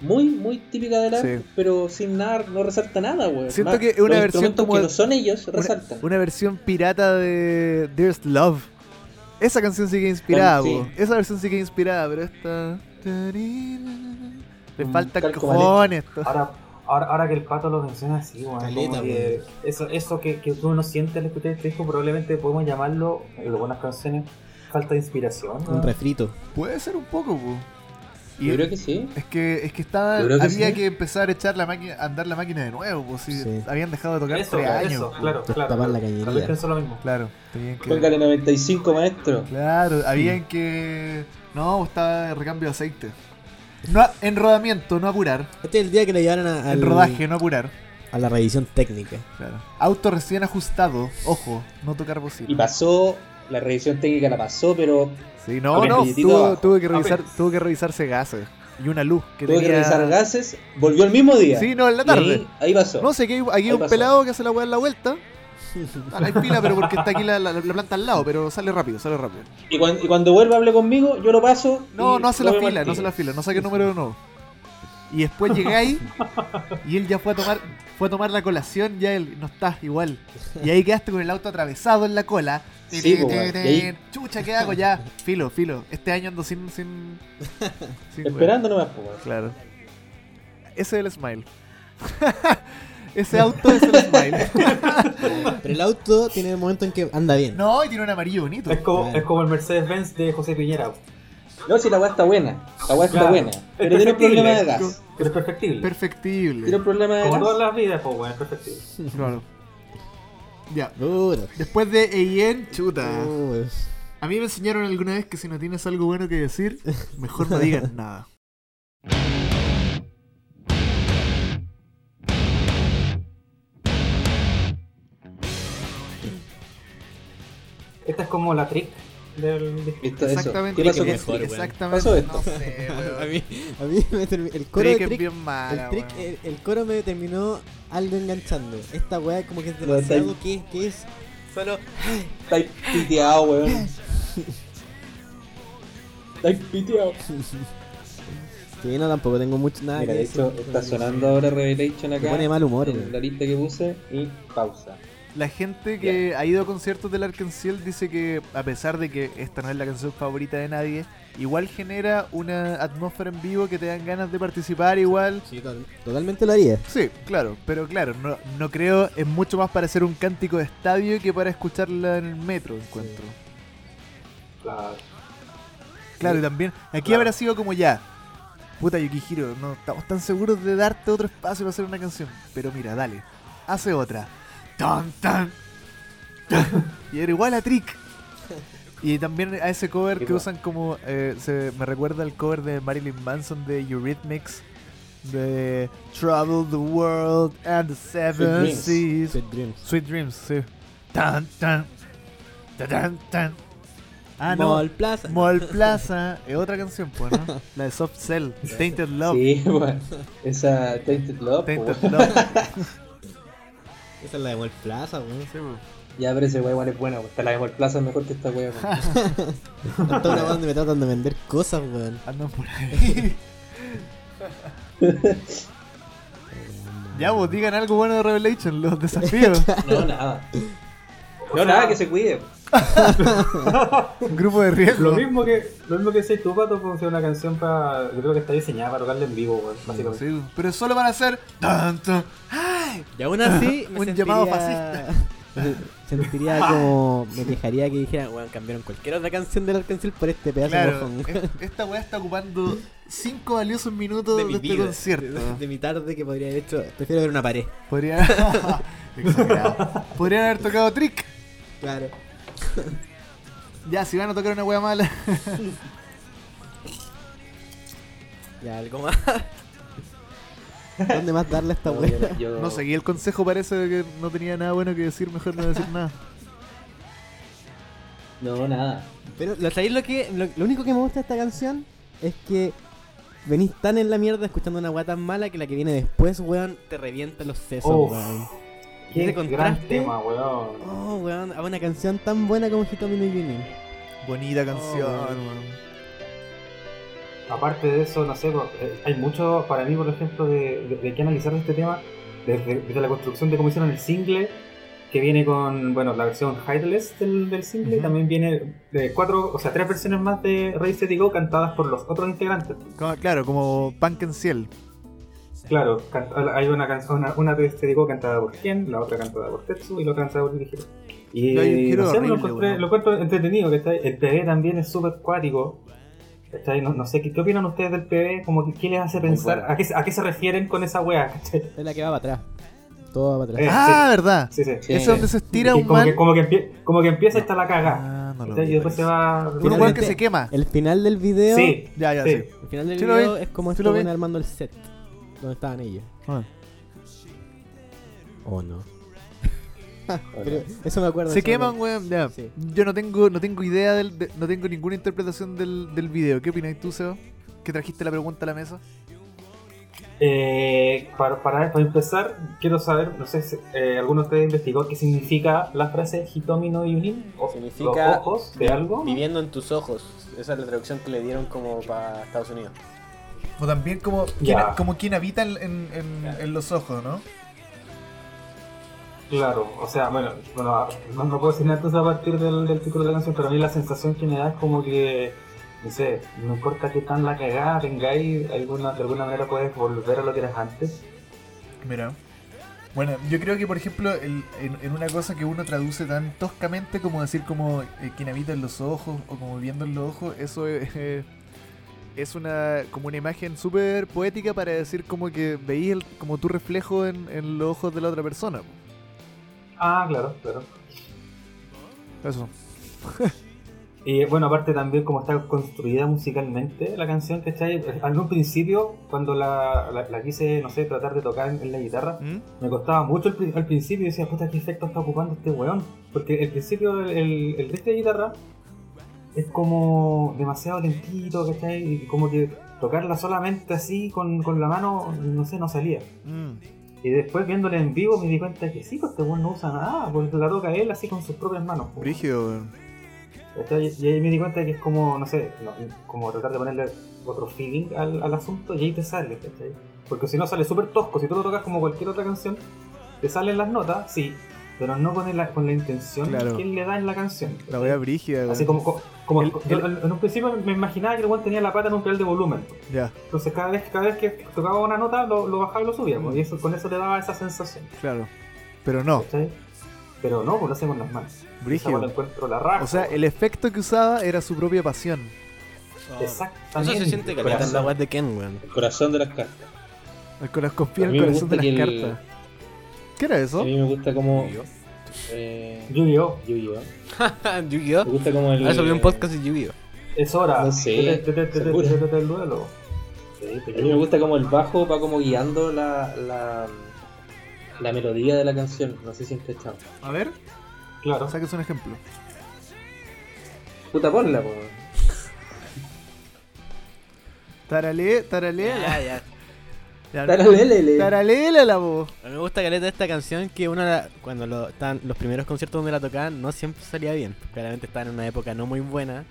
B: muy, muy típica de la,
A: Sí.
B: pero sin nada, no resalta nada, weón.
A: Siento
B: Más,
A: que es una
B: los
A: versión
B: instrumentos
A: como-
B: que no son ellos resaltan.
A: Una, una versión pirata de There's Love. Esa canción sigue inspirada, po.
B: Bueno, sí.
A: Esa versión sigue inspirada, pero esta. Le
D: Mm,
A: faltan
B: tal como
A: cojones. to-
D: Ahora, ahora, ahora que el pato lo menciona así, weón,
C: Caleta,
D: como que eso, eso que, que uno siente al escuchar este disco, probablemente podemos llamarlo, en las buenas canciones, falta de inspiración.
C: Un
D: weón.
C: refrito.
A: Puede ser un poco, po. Y
B: Yo creo que sí.
A: Es que, es que estaba,
B: Yo creo que
A: había
B: sí.
A: que empezar a echar la máquina, a andar la máquina de nuevo, pues si
C: Sí.
A: habían dejado de tocar
D: Eso,
A: tres
D: claro,
A: años.
D: eso,
A: po.
D: claro, claro.
C: Tapar la
D: Tal
C: cañería.
D: vez pienso lo mismo.
A: Claro, tenían que-
B: Póngale 95, maestro.
A: Claro, habían que. No, pues, estaba el recambio de aceite. No, a- en rodamiento, no apurar.
C: Este es el día que le llevaron a, al-
A: En rodaje, no apurar.
C: a la revisión técnica.
A: Claro. Auto recién ajustado, ojo, no tocar bocina.
B: Y pasó, la revisión técnica la pasó, pero
A: Sí, no,
B: Con
A: no,
B: el billetito
A: tuvo,
B: abajo.
A: tuvo que revisar,
D: Apenas.
A: tuvo que revisarse gases y una luz que
B: tuvo que
A: tenía-
B: revisar gases, volvió el mismo día.
A: Sí, no, en la
B: Y
A: tarde.
B: Ahí, ahí pasó.
A: No sé, aquí hay, aquí hay
B: Ahí
A: un
B: pasó.
A: pelado que hace la weá en la vuelta. Ah, Hay pila, pero porque está aquí la, la- la planta al lado, pero sale rápido, sale rápido.
B: Y, cuan- y cuando vuelva hable conmigo, yo lo paso.
A: No,
B: y
A: no hace la
B: vuelvo al
A: fila, no
B: tiro.
A: hace la fila, no saque número de nuevo. Y después llegáis y él ya fue a tomar fue a tomar la colación, ya él no está igual. Y ahí quedaste con el auto atravesado en la cola.
B: Sí, po, weón, y ahí-
A: Chucha, ¿qué hago ya? Filo, filo. Este año ando sin. sin, sin weón.
B: Esperando nomás, po, weón.
A: Claro. Ese es el smile. Ese auto es el smile.
C: Pero el auto tiene el momento en que anda bien.
A: No, y tiene un amarillo bonito.
D: Es como,
C: Claro.
D: es como el Mercedes-Benz de José Piñera, weón.
B: No, si la weá está buena. La weá está
D: Claro. Este
B: buena.
D: Es
B: Pero tiene un
D: perfectible.
B: problema de gas.
D: pero es perfectible.
B: Tiene
A: Perfectible.
B: un problema de
D: como
B: gas.
D: todas las vidas, pues, weón, es perfectible.
A: Claro. Ya.
C: Duro.
A: Después de Eien, chuta.
C: Uh,
A: A mí me enseñaron alguna vez que si no tienes algo bueno que decir, mejor no digas nada.
D: Esta es como la trick del disco.
B: Listo, eso.
A: Exactamente.
B: ¿Qué pasó
C: que
B: con
C: mejor, weón.
A: Exactamente.
B: Pasó esto.
A: No sé,
C: a
A: weón.
C: mí, a mí me termi- el coro de
A: Trick eh, es
C: Trick,
A: bien mala,
C: el, trick
A: weón.
C: el, el coro me terminó algo enganchando. Esta weá como que es
B: Lo está-
C: demasiado que, que es solo
B: Estáis piteado, weón. Estáis piteado.
C: Sí, no tampoco tengo mucho nada
B: Mira,
C: que
B: de hecho,
C: decir.
B: está sonando ahora Revelation
C: Me
B: acá.
C: pone mal humor,
B: En
C: weón.
B: la lista que puse y pausa.
A: La gente que ha ido a conciertos del Arkansas dice que, a pesar de que esta no es la canción favorita de nadie, igual genera una atmósfera en vivo que te dan ganas de participar igual.
C: Sí, total- totalmente lo haría.
A: Sí, claro, pero claro, no, no creo, es mucho más para hacer un cántico de estadio que para escucharla en el metro, encuentro.
D: Claro.
A: Claro, y también, aquí
D: Claro.
A: habrá sido como ya. Puta Yukihiro, no estamos tan seguros de darte otro espacio para hacer una canción. Pero mira, dale, hace otra. Tan, tan. tan. y era igual a Trick. Y también a ese cover que
B: Igual.
A: usan como. eh, se, me recuerda al cover de Marilyn Manson de Eurythmics. De Travel the World and the Seven
B: Dreams.
A: Seas.
C: Sweet Dreams.
A: Sweet Dreams, sí. Tan, tan. Tan, tan, tan. Ah, no.
C: Mall Plaza.
A: Mall Plaza es otra canción, pues, ¿no? La de Soft Cell, Tainted Love.
B: Sí, bueno. Esa Tainted Love. pues,
A: Tainted
B: bueno.
A: Love.
C: Esa es la de Mall Plaza, weón.
A: Sí, po.
B: Ya, pero ese wea igual es buena, pues. Te la dejo el plaza mejor que esta wea, pues.
C: Toda una banda me tratan de vender cosas, weón.
A: Andan por ahí. ya, vos digan algo bueno de Revelation, los desafíos.
B: No, nada. No, nada, que se cuide. pues.
A: Un grupo de riesgo.
D: Lo mismo que lo mismo que decís tú, Pato, pues, es una canción para. Yo creo que está diseñada para tocarla en vivo, weón, básicamente.
A: Sí, pues, pero solo van a hacer tanto. ¡Ay!
C: Y aún así, me
A: Un
C: sentiría-
A: llamado fascista.
C: Sentiría como. Me dejaría que dijeran, weón, cambiaron cualquier otra canción de la canción por este pedazo de
A: Claro,
C: mojón,
A: es-
C: weón.
A: esta weá está ocupando cinco valiosos minutos de, este concierto.
C: De, de mi tarde que podría haber hecho. Prefiero ver una pared.
A: Podrían... Exagerado. Podrían haber tocado Trick.
C: Claro.
A: Ya, si van a tocar una weá mala.
C: Ya, algo más. ¿Dónde más darle a esta
B: No,
C: weá?
B: yo- yo-
A: No seguí el consejo, parece de que no tenía nada bueno que decir, mejor no decir nada.
B: No, nada.
C: Pero lo sabéis lo que. Lo, lo único que me gusta de esta canción es que venís tan en la mierda escuchando una weá tan mala que la que viene después, weón, te revienta los sesos,
D: Uf.
C: weón.
D: Qué
C: Ese
D: gran
C: contraste.
D: tema, weón.
C: Oh, weón, a una canción tan buena como Hitomi no Yunin.
A: Bonita canción,
C: Oh, bueno.
A: weón.
D: Aparte de eso, no sé, pues, eh, hay mucho para mí, por ejemplo, de, de, de que analizar de este tema, desde, desde la construcción de cómo hicieron el single, que viene con, bueno, la versión Hideless del, del single,
A: Ujú.
D: también viene de cuatro, o sea, tres versiones más de Ray City Go cantadas por los otros integrantes.
A: Como- claro, como Punk en Ciel.
D: Claro, can- hay una canción, una, una de City Go cantada por Ken, la otra cantada por Tetsu y la otra cantada por Yujiro. Y
A: Ya, Yujiro
D: no sé,
A: horrible,
D: lo, encontré-
A: weón.
D: lo encuentro entretenido, que está El PB también es súper cuático. ¿cachai? No, no sé, ¿qué, qué opinan ustedes del PB? Como que, ¿Qué les hace pensar?
B: buena.
D: ¿A qué, se- ¿A qué se refieren con esa wea? ¿cachai?
C: Es la que va para atrás. Todo va para atrás.
D: Eh,
A: ah, verdad.
D: Sí, sí.
B: Sí.
A: Eso es donde se estira
D: Y
A: un
D: como,
A: man.
D: que, como, que empie- como que empieza y está la caga.
A: Ah, no lo
D: ¿cachai?
A: vi,
D: y después se
A: parece.
D: va.
A: Un weón que
C: Finalmente-
A: se quema.
C: El final del video.
D: Sí,
A: Ya, ya, sí.
D: sí.
C: El final del
A: Sí lo
C: video
A: vi.
C: es como
A: Sí
C: esto
A: lo vi.
C: van armando el set. Donde estaban ellos.
A: Ah.
D: Oh,
C: O no. Pero eso me acuerdo.
A: Se
C: eso me acuerdo.
A: queman, weón. Ya.
C: Sí.
A: Yo no tengo, no tengo idea del, de- no tengo ninguna interpretación del, del video. ¿Qué opinas tú, Seba? Que trajiste la pregunta a la mesa.
D: Eh, para, para, para empezar, quiero saber, no sé si eh, alguno de ustedes investigó qué significa la frase Hitomi no Yunin o
E: Significa
D: los ojos de algo.
E: Viviendo en tus ojos. Esa es la traducción que le dieron como para Estados Unidos.
A: O también como,
D: Ya.
A: como quien habita en, en- en- en los ojos, ¿no?
D: Claro, o sea, bueno, bueno no, no puedo decir nada entonces a partir del, del título de la canción, pero a mí la sensación que me da es como que, no sé, no importa qué tan la cagada tengáis, alguna, de alguna manera puedes volver a lo que eras antes.
A: Mira. Bueno, yo creo que por ejemplo el- en, en una cosa que uno traduce tan toscamente como decir como eh, quien habita en los ojos o como viendo en los ojos, eso es, eh, es una como una imagen súper poética para decir como que veís el- como tu reflejo en, en los ojos de la otra persona.
D: Ah, claro, claro.
A: Eso.
D: Y Eh, bueno, aparte también como está construida musicalmente la canción, ¿cachai? Al un principio, cuando la, la, la quise, no sé, tratar de tocar en, en la guitarra,
A: ¿Mm?
D: me costaba mucho al pri- al principio y decía, puta, ¿qué efecto está ocupando este weón? Porque el principio, el, el, el riff de guitarra es como demasiado lentito, ¿cachai? Y como que tocarla solamente así con, con la mano, no sé, no salía.
A: Mm.
D: Y después viéndola en vivo me di cuenta que sí, pues este weón no usa nada, porque la toca él así con sus propias manos. pues. po.
A: Brígido, weón.
D: ¿Cachai? Y ahí me di cuenta que es como, no sé, no, como tratar de ponerle otro feeling al, al asunto y ahí te sale, ¿cachai? Porque si no sale súper tosco, si tú lo tocas como cualquier otra canción, te salen las notas, sí, pero no con, el- con la intención
A: Claro.
D: que él le da en la canción.
A: La wea brígida, weón.
D: Así como, co- como
A: El-
D: yo en un principio me imaginaba que el weón tenía la pata en un pedal de volumen.
A: Ya,
D: Entonces cada vez, cada vez que tocaba una nota lo, lo bajaba y lo subía, pues, y eso, con eso te daba esa sensación,
A: claro. Pero no,
D: ¿cachai? Pero no, pues lo hace con las manos. Esa weá la
A: brígido.
D: encuentro la raja.
A: O sea, el efecto que usaba era su propia pasión.
D: Exactamente.
E: Eso se siente
B: caleta.
E: caleta
B: Corazón.
E: en la web de Ken, weón.
B: El corazón de las cartas.
A: Con las confía
B: A
A: en
B: mí
A: el
B: me
A: corazón de
B: gusta
A: las
B: que el-
A: cartas. ¿Qué era eso?
B: A mí me gusta como. Eh,
D: Yu-Gi-Oh!
B: Yu-Gi-Oh.
E: Yu-Gi-Oh!
B: Me gusta como el.
E: Ah, subí un podcast de Yu-Gi-Oh!
D: Es hora.
B: No sé,
D: Te- te- te- te-
B: seguro.
D: te- te- te- el duelo.
B: A mí me gusta como el bajo va como guiando la, la, la melodía de la canción. No sé si han cachado.
A: A ver,
D: Claro.
A: saques un ejemplo.
B: Puta ponla, po. weón.
A: Tarale, taraleala.
F: Ya, ya.
A: Ya,
B: Dale, dale, dale.
A: Taraleala, vos.
C: A mí me gusta caleta esta canción que uno la- cuando lo, estaban- los primeros conciertos donde la tocaban no siempre salía bien. Claramente estaba en una época no muy buena.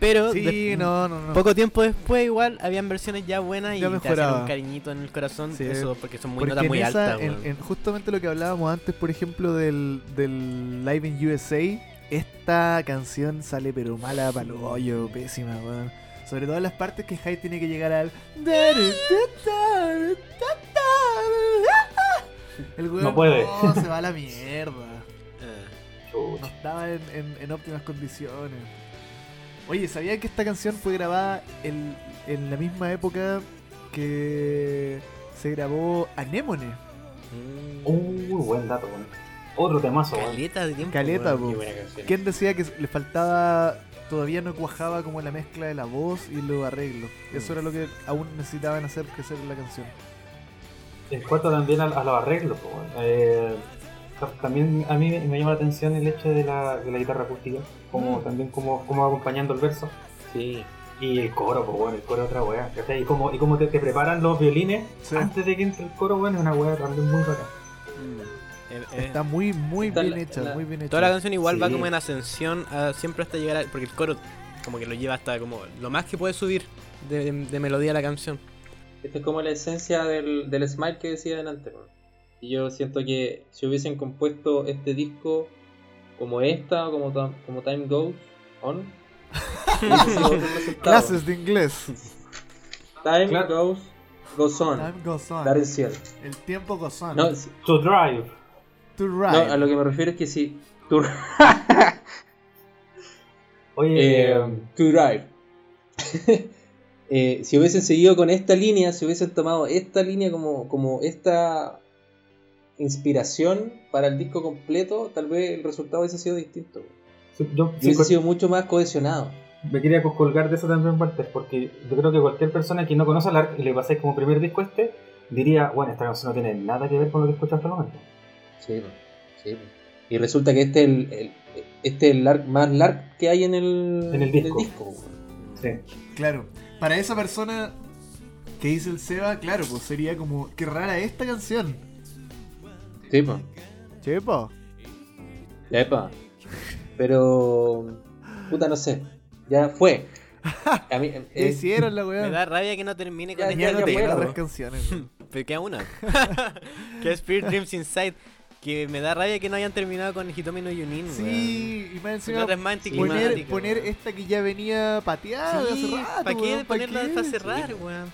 C: Pero
A: Sí,
C: des-
A: no, no, no.
C: poco tiempo después igual habían versiones ya buenas y
A: Ya
C: te hacían
A: mejoraba.
C: un cariñito en el corazón.
A: Sí.
C: Eso porque son muy
A: Porque
C: notas
A: en
C: muy
A: esa-
C: altas.
A: en-
C: weón.
A: en justamente lo que hablábamos antes, por ejemplo, del, del Live in USA, esta canción sale pero mala para lo hoyo, pésima, weón. Sobre todo en las partes que Hyde tiene que llegar al. El weón
D: No puede.
A: no, se va a la mierda.
F: Eh,
A: No estaba en, en- en óptimas condiciones. Oye, ¿sabían que esta canción fue grabada en, en la misma época que se grabó Anémone?
C: Ah.
D: Uy, buen dato, weón. Otro temazo, weón.
F: Caleta de tiempo.
A: Caleta,
F: weón.
A: po.
B: Qué buena canción.
A: ¿Quién decía que le faltaba, todavía no cuajaba como la mezcla de la voz y los arreglos? Eso era lo que aún necesitaban hacer crecer en la canción.
D: En cuanto también a, a los arreglos, po, weón. Eh, ta- también a mí me, me llama la atención el hecho de la, de la guitarra acústica, como también como, como acompañando el verso.
F: Sí.
D: Y el coro, pues bueno, el coro es otra weá. ¿cachai? Y como, y como te, te preparan los violines
A: Sí.
D: antes de que entre el coro, bueno, es una weá también muy bacán.
C: Eh, eh,
A: Está muy, muy
B: Está
A: bien
B: la-
A: hecha,
B: la-
A: muy bien hecha.
C: Toda la canción igual va
D: Sí.
C: como en ascensión a- siempre hasta llegar al, Porque el coro como que lo lleva hasta como lo más que puede subir de, de- de melodía a la canción.
B: Esta es como la esencia del, del Smile que decían antes. weón. Y yo siento que si hubiesen compuesto este disco como esta, como, ta- como Time Goes On, hubiese sido otro resultado.
A: Clases de inglés.
B: Time
D: Claro.
B: Goes, goes On,
A: Time goes on.
B: dar el cielo.
A: El tiempo goes on.
B: No, si-
D: To Drive.
A: to
B: no,
A: ride.
B: a lo que me refiero es que si. To,
D: Oye,
B: eh, to Drive. Eh, si hubiesen seguido con esta línea, si hubiesen tomado esta línea como, como esta inspiración para el disco completo, tal vez el resultado hubiese sido distinto. weón.
D: yo,
B: Hubiese sido mucho más cohesionado.
D: me quería co- colgar de eso también partes, porque yo creo que cualquier persona que no conoce el arc y le pasáis como primer disco este, diría, bueno, esta canción no tiene nada que ver con lo que he escuchado hasta el momento.
B: Sí, po, sí. po. Y resulta que este es el, el- este es el lark, más lark que hay en el,
D: En el disco.
B: weón.
D: Sí.
A: Claro, para esa persona que dice el Seba, claro, pues sería como, qué rara esta canción.
B: Sí, po.
A: Chepo.
B: Epa. Pero. Puta, no sé. Ya fue. A mí, eh,
A: ¿Qué hicieron la
C: Me
A: weón?
C: da rabia que no termine con
B: Ya,
A: Ya
C: esta
A: no
B: que
A: tengo
B: muero.
A: tres
C: weón.
A: canciones. weón.
C: Pero queda una. que es Spirit Dreams Inside. Que me da rabia que no hayan terminado con Hitomi no Yunin. weón.
A: Sí, y más
C: Una
A: encima
C: otra es más anticlimática,
A: poner, poner
C: weón.
A: esta que ya venía pateada de
C: Sí,
A: hace rato.
C: ¿Para qué
A: weón? ¿Pa'
C: ponerla
A: qué?
C: hasta cerrar, weón?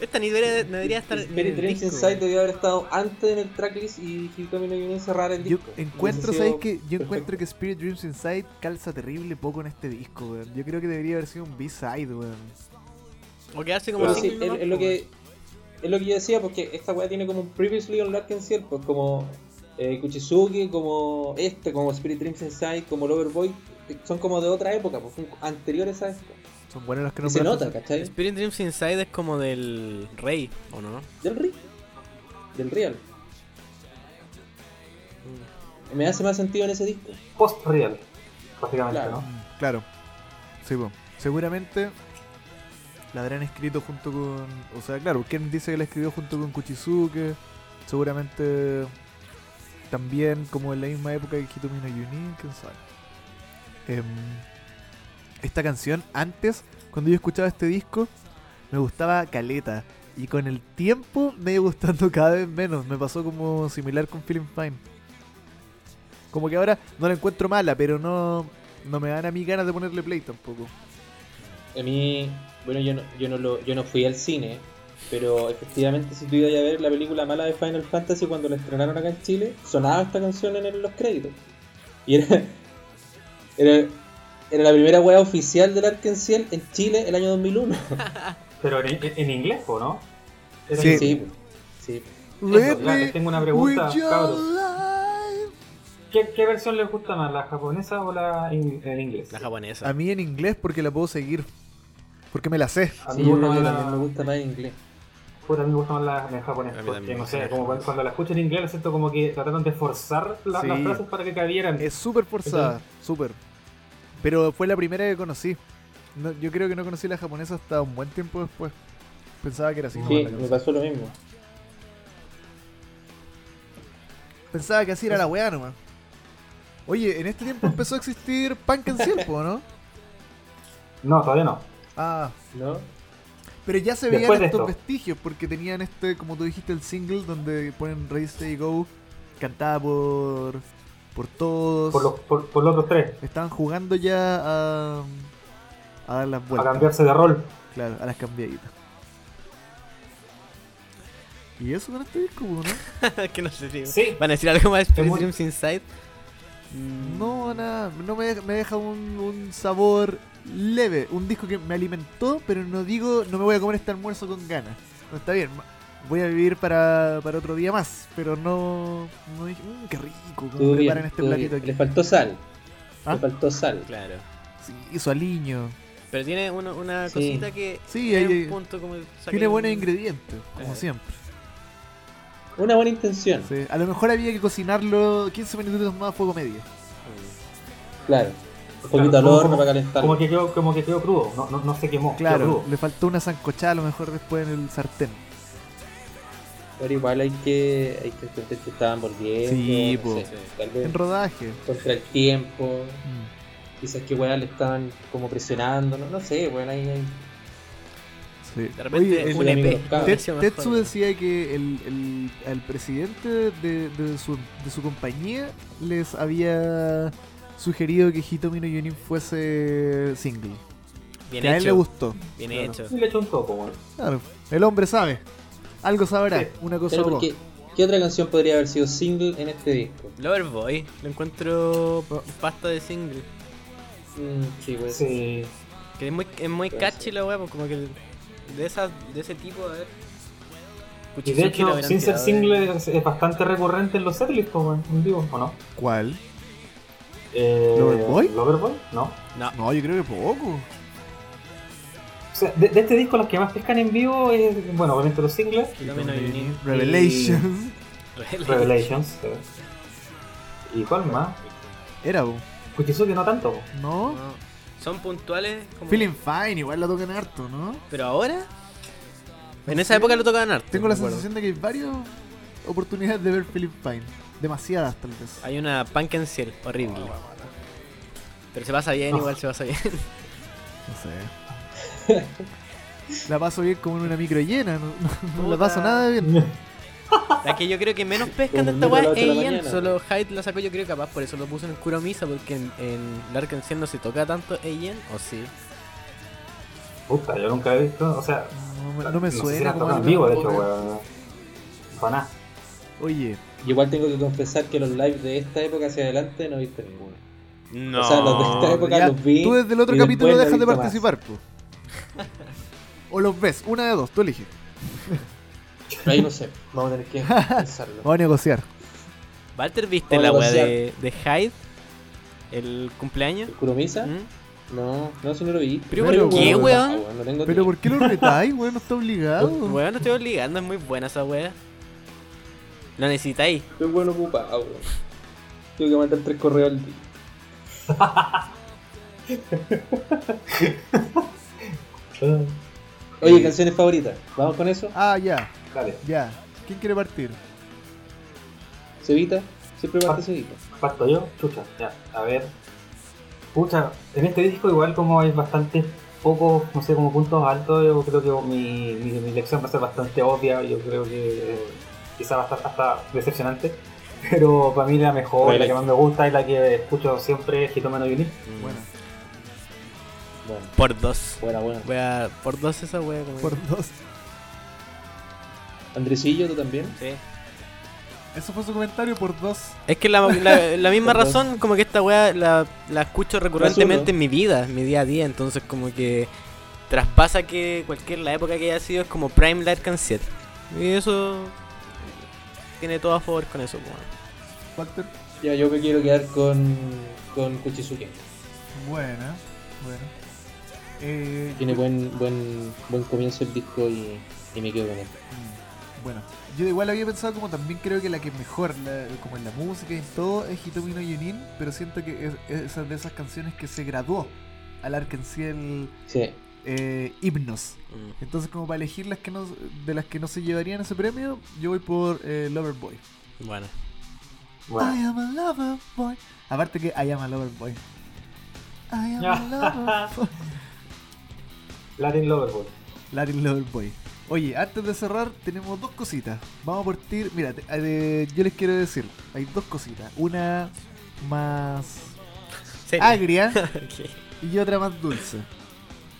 C: Esta ni debería, no debería estar. ni en el
B: Spirit Dreams
C: disco,
B: Inside
C: weón.
B: debió haber estado antes en el tracklist y Hitomi no Yunin cerrar el
A: Yo
B: disco.
A: encuentro,
B: Hubiese
A: ¿sabes
B: sido-
A: qué? Yo
B: perfecto.
A: encuentro que Spirit Dreams Inside calza terrible poco en este disco, weón. Yo creo que debería haber sido un B-side, weón.
C: O quedarse como
B: Pero
C: single
B: sí, pues. es,
C: nomás,
B: es lo
C: weón.
B: que, es lo que yo decía, porque esta weá tiene como un previously on Lark and Ciel, pues como eh, Kuchisuke, como este, como Spirit Dreams Inside, como Loverboy, eh, son como de otra época, pues son anteriores a esto.
A: Son buenos los que
B: Y
A: no
B: se nota, ¿cachai?
C: Spirit Dreams Inside es como del rey, ¿o no?
B: Del Real. Del Real. Me hace más sentido en ese disco.
D: Post-real, básicamente,
B: Claro.
D: ¿no?
A: Claro. Sí, po. Seguramente la habrán escrito junto con. O sea, claro, Ken dice que la escribió junto con Kuchizuke. Seguramente también como en la misma época que Hitomi no Yunin, quién sabe. Em, esta canción, antes, cuando yo escuchaba este disco, me gustaba caleta. Y con el tiempo me iba gustando cada vez menos. Me pasó como similar con Feeling Fine. Como que ahora no la encuentro mala, pero no, no me dan a mí ganas de ponerle play tampoco.
B: A mí, bueno, yo no, yo no, lo, yo no fui al cine, pero efectivamente si tú ibas a ver la película mala de Final Fantasy cuando la estrenaron acá en Chile, sonaba esta canción en el- los créditos. Y era, era, era la primera wea oficial del Arkenciel en Chile el año 2001.
D: Pero en, en inglés, ¿o no? Era
A: Sí.
D: en-
B: Sí, pues, sí.
D: Let ya, me les tengo una pregunta, with your cabros.
A: A
D: ¿Qué, qué versión les gusta más, la japonesa o la in- en inglés?
C: La japonesa.
A: mí en inglés porque la puedo seguir. Porque me la sé.
D: A
B: Sí,
D: mí,
B: yo
D: me,
B: creo
D: gusta
B: que
D: más
B: también me
D: la,
B: gusta más en inglés.
D: puta, a mí me gusta más la, la en japonés,
C: A mí
D: porque
C: también me
D: no
C: gusta
D: sé,
C: la
D: como cuando,
C: japonesa.
D: cuando la escucho en inglés la siento como que trataron de forzar la-
A: Sí.
D: las frases para que cabieran.
A: Es súper forzada, súper. Pero fue la primera que conocí. No, yo creo que no conocí la japonesa hasta un buen tiempo después. Pensaba que era así. nomás
B: Sí,
A: la
B: me
A: canción.
B: pasó lo mismo.
A: Pensaba que así era la weá nomás. Oye, en este tiempo empezó a existir Punk en Cielpo, ¿no?
D: No, todavía no.
A: Ah,
B: ¿No?
A: pero ya se veían
D: Después de
A: estos
D: esto.
A: vestigios porque tenían este, como tú dijiste, el single donde ponen Race Stay Go cantada por, por todos.
D: Por los, por, por los otros tres.
A: Estaban jugando ya a, a dar las
D: A
A: vueltas.
D: cambiarse de rol.
A: Claro, a las cambiaditas. Y eso con este disco, po, ¿no?
C: que no sé si
D: Sí.
C: van a decir algo más de
D: muy-
C: Dreams Inside. Mm,
A: No, nada, no me, me deja un, un sabor leve. Un disco que me alimentó, pero no digo, no me voy a comer este almuerzo con ganas. No, está bien, ma- voy a vivir para, para otro día más, pero no, no dije, mmm, qué rico, como
B: Estuvo bien,
A: preparan este
B: estuvo
A: platito
B: bien. Le
A: aquí.
B: faltó sal.
A: ¿Ah?
B: Le faltó sal.
C: Claro.
A: Sí, y su aliño.
C: Pero tiene una, una
B: Sí.
C: cosita que
A: Sí,
C: tiene
A: hay-
C: un punto como
A: Tiene
C: saca-
A: buenos ingredientes, como
C: Ajá.
A: siempre.
B: Una buena intención,
A: Sí, A lo mejor había que cocinarlo 15 minutos más a fuego medio.
B: claro. Un poquito al
D: como-
B: horno para calentar.
D: Como que quedó, como que quedó crudo. No, no, no se quemó. quedó
A: Claro,
D: crudo.
A: le faltó una zancochada a lo mejor después en el sartén.
B: Pero igual hay que, hay que entender que estaban volviendo.
A: Sí,
B: no
A: po.
B: sé, tal vez
A: En rodaje.
B: contra el tiempo.
A: Mm.
B: Quizás que weá le estaban como presionando. No, no sé, weón. Ahí, ahí.
A: Sí.
C: De repente
A: Oye, el-
C: un E
B: el amigo
C: EP.
B: de los cabros.
A: Ted-
C: Mucho mejor.
A: Tetsu decía que el, el- al presidente de, de su, de su compañía les había sugerido que Hitomi no Yunin fuese single.
C: Bien
A: que a él le
C: hecho.
A: gustó.
C: Bien
D: Claro.
C: hecho.
D: Sí, le echó un topo, bueno.
A: Claro, el hombre sabe. Algo sabrá,
D: Sí.
A: una cosa
B: Claro,
A: o
B: porque, ¿Qué otra canción podría haber sido single en este disco?
C: Loverboy. Lo encuentro pasta de single.
B: Mm, sí, weón.
D: Sí.
C: Que es muy, es muy
B: Puede
C: catchy
B: ser.
C: la weá, pues, como que de, esa, de ese tipo, a ver.
D: Y
C: Kuchizuki
D: de
C: lo
D: hecho,
C: habrán
D: sin ser
C: tirado de-
D: single, es, es bastante recurrente en los setlists, po, weón. Digo, ¿o no?
A: no. ¿Cuál?
D: Eh,
A: ¿Loverboy?
D: ¿Loverboy? No.
C: No,
A: No, yo creo que poco.
D: O sea, de, de este disco los que más pescan en vivo es, bueno, obviamente los singles,
C: Hitomi no Yunin.
A: Revelations.
C: Revelation.
D: Revelations. eh. ¿Y cuál más?
A: Era, po.
D: Kuchizuki no tanto. po.
A: ¿no?
C: No. Son puntuales. Como...
A: Feeling fine, igual la tocan harto, ¿no?
C: Pero ahora. En esa época lo tocaban harto.
A: Tengo la
C: me acuerdo.
A: sensación de que hay varias oportunidades de ver Philip Pine. Demasiadas, tal vez.
C: Hay una Punk and Ciel
B: Ah,
C: horrible. Pero se pasa bien, igual se pasa bien.
A: No sé. La paso bien como en una micro llena. No, no- no la paso nada bien.
C: La que yo creo que menos pescan de
B: Como minuto a
C: esta weá
B: las
C: es
B: ocho de la
C: Eian.
B: mañana.
C: Solo Hyde la sacó, yo creo capaz, por eso lo puso en el Kuromisa. Porque en, en Dark and Ciel no se toca tanto Eian, o sí.
D: Puta, yo nunca he visto, o sea,
A: No, me- no me
D: sé si
A: suena
D: la
A: como
D: tocan en
A: algo
D: vivo, de hecho,
A: tampoco.
D: weón. Para nada.
A: eh. Oye,
B: Y Igual tengo que confesar que los lives de esta época hacia adelante no he visto ninguno.
C: No.
B: O sea, los de esta época
A: ya,
B: los vi.
A: tú desde el otro
B: y
A: capítulo
B: después no
A: dejas
B: he
A: de
B: visto más.
A: participar, po. O los ves, una de dos, tú eliges.
B: Ahí no sé, vamos a tener que pensarlo.
A: Vamos a negociar.
C: Walter, ¿viste
B: Vamos
C: la
B: a
C: weá
B: negociar.
C: de, de Hyde? El cumpleaños.
B: ¿El Kuromisa?
C: ¿Mm?
B: No, no, si no lo vi.
C: Pero,
A: ¿pero qué,
C: weón?
B: Ah, no tengo
A: Pero
B: tiempo.
A: ¿por qué lo retáis, weón? No está obligado.
B: Uh.
C: Weón, no estoy obligando, es muy buena esa weá. Lo necesitáis.
B: Estoy bueno ocupado, weón. Tengo que mandar tres correos al día.
D: Eh,
B: Oye, canciones favoritas. ¿Vamos con eso?
A: Ah, ya,
D: Dale,
A: ya. ¿Quién quiere partir?
B: Cevita. Siempre
D: Ah.
B: parte Cevita.
D: parto yo, chucha, ya, a ver. Pucha, en este disco igual como hay bastante pocos, no sé, como puntos altos, yo creo que mi, mi, mi elección va a ser bastante obvia, yo creo que eh, quizá va a estar hasta decepcionante, pero para mí la mejor, la que más me gusta y la que escucho siempre es Hitoma no Yuni.
A: Bueno,
B: Bueno,
C: Por dos.
B: buena, buena.
C: Wea, por dos esa wea como.
A: por dos.
B: Andresillo, ¿tú también?
C: Sí.
A: Eso fue su comentario por dos.
C: Es que la, la- la misma
B: Por dos.
C: razón, como que esta wea la, la escucho
B: Resuelvo.
C: recurrentemente en mi vida, en mi día a día, entonces como que traspasa que cualquier la época que haya sido es como Prime Light Cancel. Y eso tiene todo a favor con eso, pues, weón.
A: Factor.
B: Ya, yo me quiero quedar con, con Kuchisuke.
A: Buena, Eh, bueno. Eh,
B: Tiene buen, buen, buen comienzo el disco y, y me quedo con él.
A: Mm, Bueno, yo igual había pensado como también creo que la que mejor, la- como en la música y en todo, es Hitomi no Yunin, pero siento que es, es de esas canciones que se graduó al Arkenciel
B: Sí.
A: eh, Himnos.
C: Mm.
A: Entonces como para elegir las que no, de las que no se llevarían ese premio, yo voy por eh, Loverboy.
C: Mm, Bueno,
D: Bueno.
A: I am a Loverboy. Aparte que I am a Loverboy. I am a Loverboy.
D: Latin Loverboy.
A: Latin Lover Boy. Oye, antes de cerrar, tenemos dos cositas. Vamos a partir. Mira, te- eh, yo les quiero decir, hay dos cositas. Una más
C: sí.
A: agria
C: Ah, Ok.
A: y otra más dulce.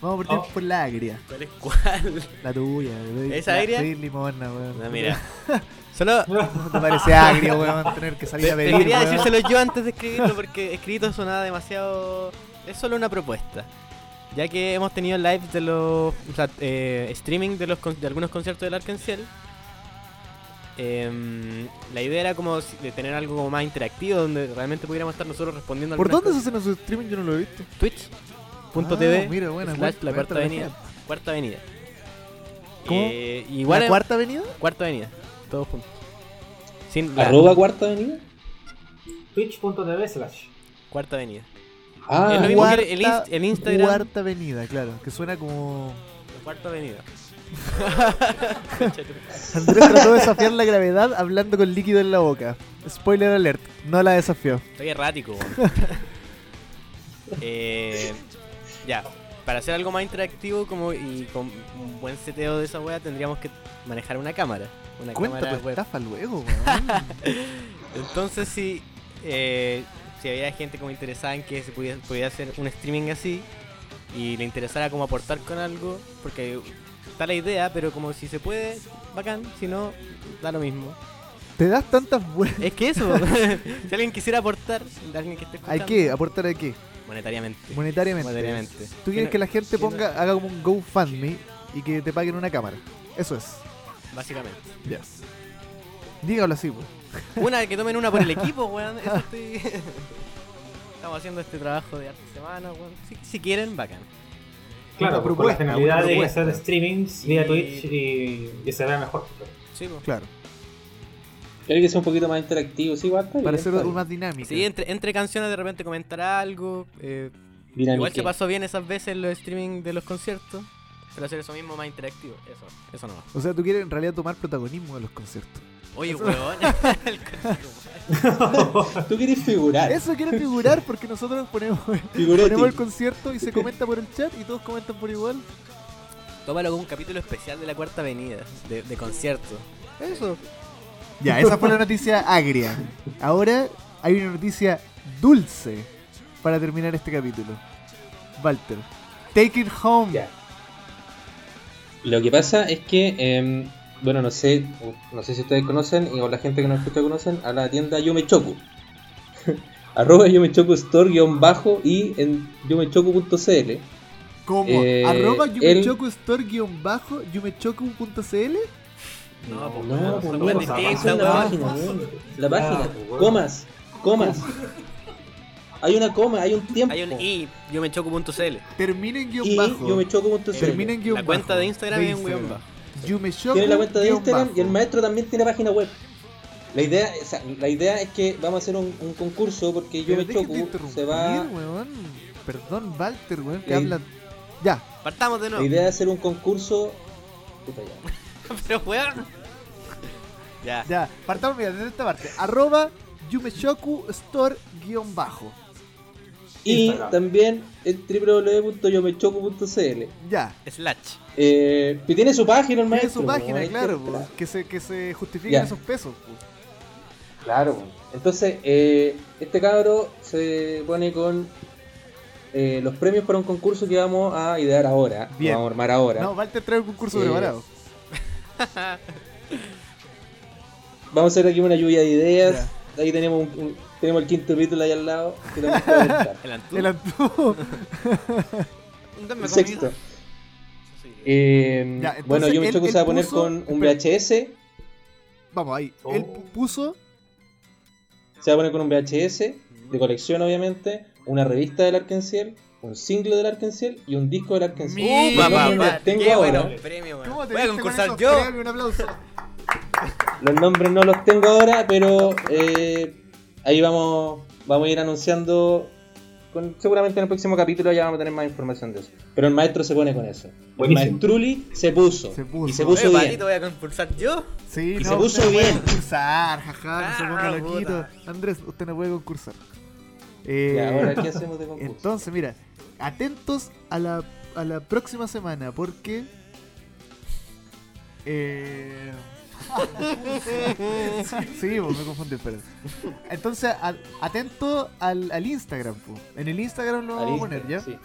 A: Vamos a partir
D: Oh.
A: por la agria.
C: ¿Cuál es cuál?
A: La tuya, weón.
C: ¿Es
A: La-
C: agria?
A: Pedir limona, weón.
C: No, Ah, mira. Solo
A: No te parece agria, weón, tener que salir a pedir.
C: debería
A: weón?
C: decírselo yo antes de escribirlo porque escrito sonaba demasiado. Es solo una propuesta. Ya que hemos tenido live de los. O sea, eh, streaming de, los, con- de algunos conciertos del Arkenciel. em, la idea era como si- de tener algo como más interactivo donde realmente pudiéramos estar nosotros respondiendo
A: ¿Por
C: algunas
A: dónde se
C: cosas.
A: hacen los streaming? Yo no lo he visto.
C: Twitch.tv
A: Ah, mira, buena,
C: slash
A: buena,
C: la cuarta
A: buena
C: avenida.
A: estrategia.
C: Cuarta avenida.
A: ¿Cómo?
C: Eh, igual
A: ¿La
C: en-
A: cuarta avenida?
C: cuarta avenida. Todos juntos. Sin la
B: ¿Arroba cuarta avenida?
D: Twitch.tv slash.
C: cuarta avenida.
B: Ah,
C: Es lo mismo
B: guau.
C: que el Inst- el Instagram.
A: Cuarta avenida, claro. Que suena como.
C: Cuarta avenida.
A: Andrés trató de desafiar la gravedad hablando con líquido en la boca. Spoiler alert, no la desafió.
C: Estoy errático, weón. Eh, Ya, para hacer algo más interactivo como y con un buen seteo de esa wea tendríamos que manejar una cámara. Una
A: Cuenta
C: cámara
A: tu
C: web.
A: estafa luego, weón.
C: Entonces si, eh, si había gente como interesada en que se pudiera, pudiera hacer un streaming así y le interesara como aportar con algo, porque está la idea, pero como si se puede, bacán, si no, da lo mismo.
A: Te das tantas vueltas.
C: Es que eso, si alguien quisiera aportar, alguien que esté
A: ¿A
C: escuchando,
A: qué? ¿Aportar a qué?
C: monetariamente.
A: Monetariamente.
C: Monetariamente.
A: Tú quieres que la gente ponga, haga como un GoFundMe y que te paguen una cámara. Eso es.
C: Básicamente.
A: Ya. Dígalo así, pues.
C: Una que tomen una por el equipo, weón. Eso estoy... Estamos haciendo este trabajo de arte semana, weón. Si, si quieren, bacán.
D: Claro,
A: Una
D: pues, con la
A: propuesta,
D: finalidad
A: una
D: de
A: propuesta.
D: hacer streamings vía
C: Y-
D: Twitch y que se vea mejor.
C: Sí, po.
A: Claro.
B: Quiero que sea un poquito más interactivo, sí, igual. está
A: Para
B: bien,
A: hacer
B: está bien.
A: más dinámica.
C: Sí, entre, entre canciones de repente comentar algo. eh,
B: Dinámico.
C: igual se pasó bien esas veces en los streaming de los conciertos. Pero hacer eso mismo más interactivo. Eso, eso no va.
A: O sea, tú quieres en realidad tomar protagonismo de los conciertos.
C: Oye, weón. el cochino, weón.
B: Tú quieres figurar.
A: Eso quiere figurar porque nosotros ponemos,
B: Figurati.
A: ponemos el concierto y se comenta por el chat y todos comentan por igual.
C: Tómalo como un capítulo especial de la cuarta avenida, de, de concierto.
A: Eso. Ya, esa fue la noticia agria. Ahora hay una noticia dulce para terminar este capítulo. Walter, take it home.
B: Ya. Lo que pasa es que, em, bueno, no sé, no sé si ustedes conocen y- o la gente que nos escucha conocen a la tienda Yomechoku. Arroba Yomechoku Store guión bajo y en yomechoku.cl.
A: Como
B: Eh,
A: arroba
B: el-
A: yumechoku store guión bajo yumechoku.cl.
C: No, po,
B: No,
A: pues,
C: weón,
B: po,
C: son
B: no,
C: weas
B: po,
C: distintas,
B: es una
C: weón.
B: página, weón. La página,
D: pues, weón.
B: comas, comas. Hay una coma, hay un tiempo.
C: Hay un i, yo me choco.cl.
A: Termina en guión
B: Y
A: bajo.
B: yomechoku.cl.
A: Termina en guión
C: La cuenta
A: bajo
C: de Instagram es un guión
A: Yumechoku
B: Tiene la cuenta de
A: guión
B: Instagram
A: bajo.
B: y el maestro también tiene página web. La idea, o sea, la idea es que vamos a hacer un, un concurso porque yo
A: Pero
B: me
A: déjate
B: choco,
A: interrumpir,
B: se va. Eh,
A: weón. Perdón, Walter, weón, que
B: La-
A: habla. Ya,
C: Partamos de
B: La
C: nuevo.
B: idea es hacer un concurso. Puta ya.
C: Pero weón. Ya.
A: Ya, partamos mira, desde esta parte. Arroba Yumeshoku Store guión bajo.
B: Y
D: Instagram.
B: también en www.yomechoco.cl.
A: Ya.
C: Slash.
B: Eh, y tiene su página
A: Tiene
B: el maestro. pues,
A: su
B: po,
A: página,
B: hay que
A: claro, pues.
B: entrar.
A: po, que se, que se justifiquen
B: Ya.
A: esos pesos. po.
B: Claro. Entonces, eh, este cabro se pone con eh, los premios para un concurso que vamos a idear ahora. que
A: Bien.
B: Vamos a armar ahora.
A: No, Walter trae un concurso
B: Eh,
A: preparado.
B: Vamos a hacer aquí una lluvia de ideas.
A: Ya.
B: Ahí tenemos un- un- tenemos el quinto capítulo ahí al lado. que también puede entrar.
C: El Antú.
A: El Antú.
C: Dame
B: el
C: comida.
B: sexto. Eh,
A: Ya, entonces,
B: bueno, yo me
A: él-
B: choco se va a
A: él
B: poner
A: puso-
B: con un
A: espera.
B: VHS.
A: Vamos ahí.
D: Oh.
A: Él pu- puso.
B: Se va a poner con un VHS de colección, obviamente. Una revista del Arkenciel. Un single del Arkenciel. Y un disco del Arkenciel.
C: Upa,
B: Yo
C: papá,
B: no lo tengo
C: qué
B: ahora.
C: bueno premio, weón.
A: ¿Cómo este te
C: Voy a
A: viste con
C: concursar
A: esos
C: yo.
A: premios? Un aplauso.
B: Los nombres no los tengo ahora, pero eh, ahí vamos, vamos a ir anunciando. con- seguramente en el próximo capítulo ya vamos a tener más información de eso. Pero el maestro se pone con eso. El
D: Buenísimo.
B: maestruli se puso.
A: Se puso.
B: Y se puso
F: Oye,
B: bien.
F: Patito, voy a compulsar yo.
A: Sí,
B: Y
A: no,
B: se puso
A: usted no puede
B: bien.
A: concursar, jaja, no se
F: Ah,
A: ponga loquito.
F: puta.
A: Andrés, usted no puede concursar. Eh,
B: Ya, ahora, ¿qué hacemos de concurso?
A: entonces, mira, atentos a la, a la próxima semana, porque. Eh... sí, vos, me confundí, perdón. Entonces, a- atento al, al Instagram, po. En el Instagram lo
B: Al
A: vamos a
B: Instagram,
A: poner, ¿ya?
B: sí.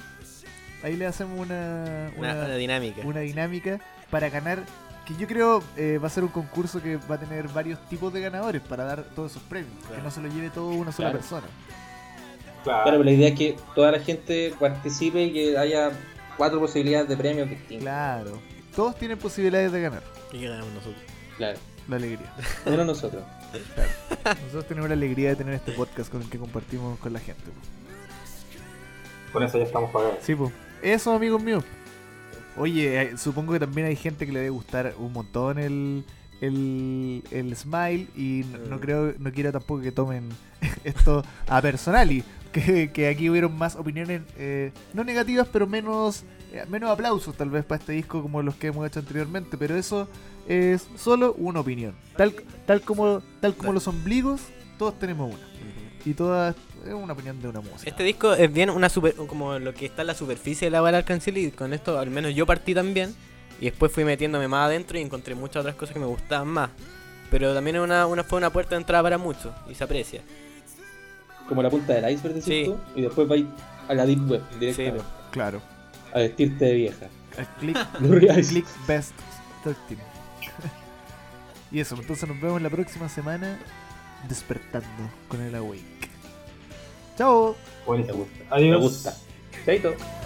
A: Ahí le hacemos una-
F: Una, una dinámica.
A: una dinámica para ganar, que yo creo eh, va a ser un concurso que va a tener varios tipos de ganadores para dar todos esos premios, que no se lo lleve todo una sola
B: Claro.
A: persona.
B: Claro,
D: Claro.
B: pero la idea es que toda la gente participe y que haya cuatro posibilidades de premios distintos.
A: Claro. Todos tienen posibilidades de ganar.
F: Y ganamos nosotros.
B: Claro.
A: La alegría.
B: Menos nosotros.
A: Nosotros tenemos la alegría de tener este podcast con el que compartimos con la gente. po.
D: Con eso ya estamos pagados.
A: Sí, pues. Eso, amigos míos. Oye, eh, supongo que también hay gente que le debe gustar un montón el, el, el smile y no, no creo, no quiero tampoco que tomen esto a personali. Que, que aquí hubieron más opiniones, eh, no negativas, pero menos, eh, menos aplausos tal vez para este disco como los que hemos hecho anteriormente. Pero eso es solo una opinión. Tal, tal, como, tal como los ombligos, todos tenemos una. Y todas es una opinión de una música.
F: Este disco es bien una super, como lo que está en la superficie de la bala Arcancel y con esto al menos yo partí también y después fui metiéndome más adentro y encontré muchas otras cosas que me gustaban más. Pero también es una, una, fue una puerta de entrada para muchos y se aprecia.
B: Como la punta del iceberg, decís
F: Sí.
B: tú, y después vais a la deep web directamente.
A: Claro.
B: a vestirte de vieja.
A: El click
B: Real.
A: Click Best 13. y eso, entonces nos vemos la próxima semana despertando con el Awake. ¡Chao!
D: Buenísimo.
B: Me
D: Adiós.
B: gusta. Chaito.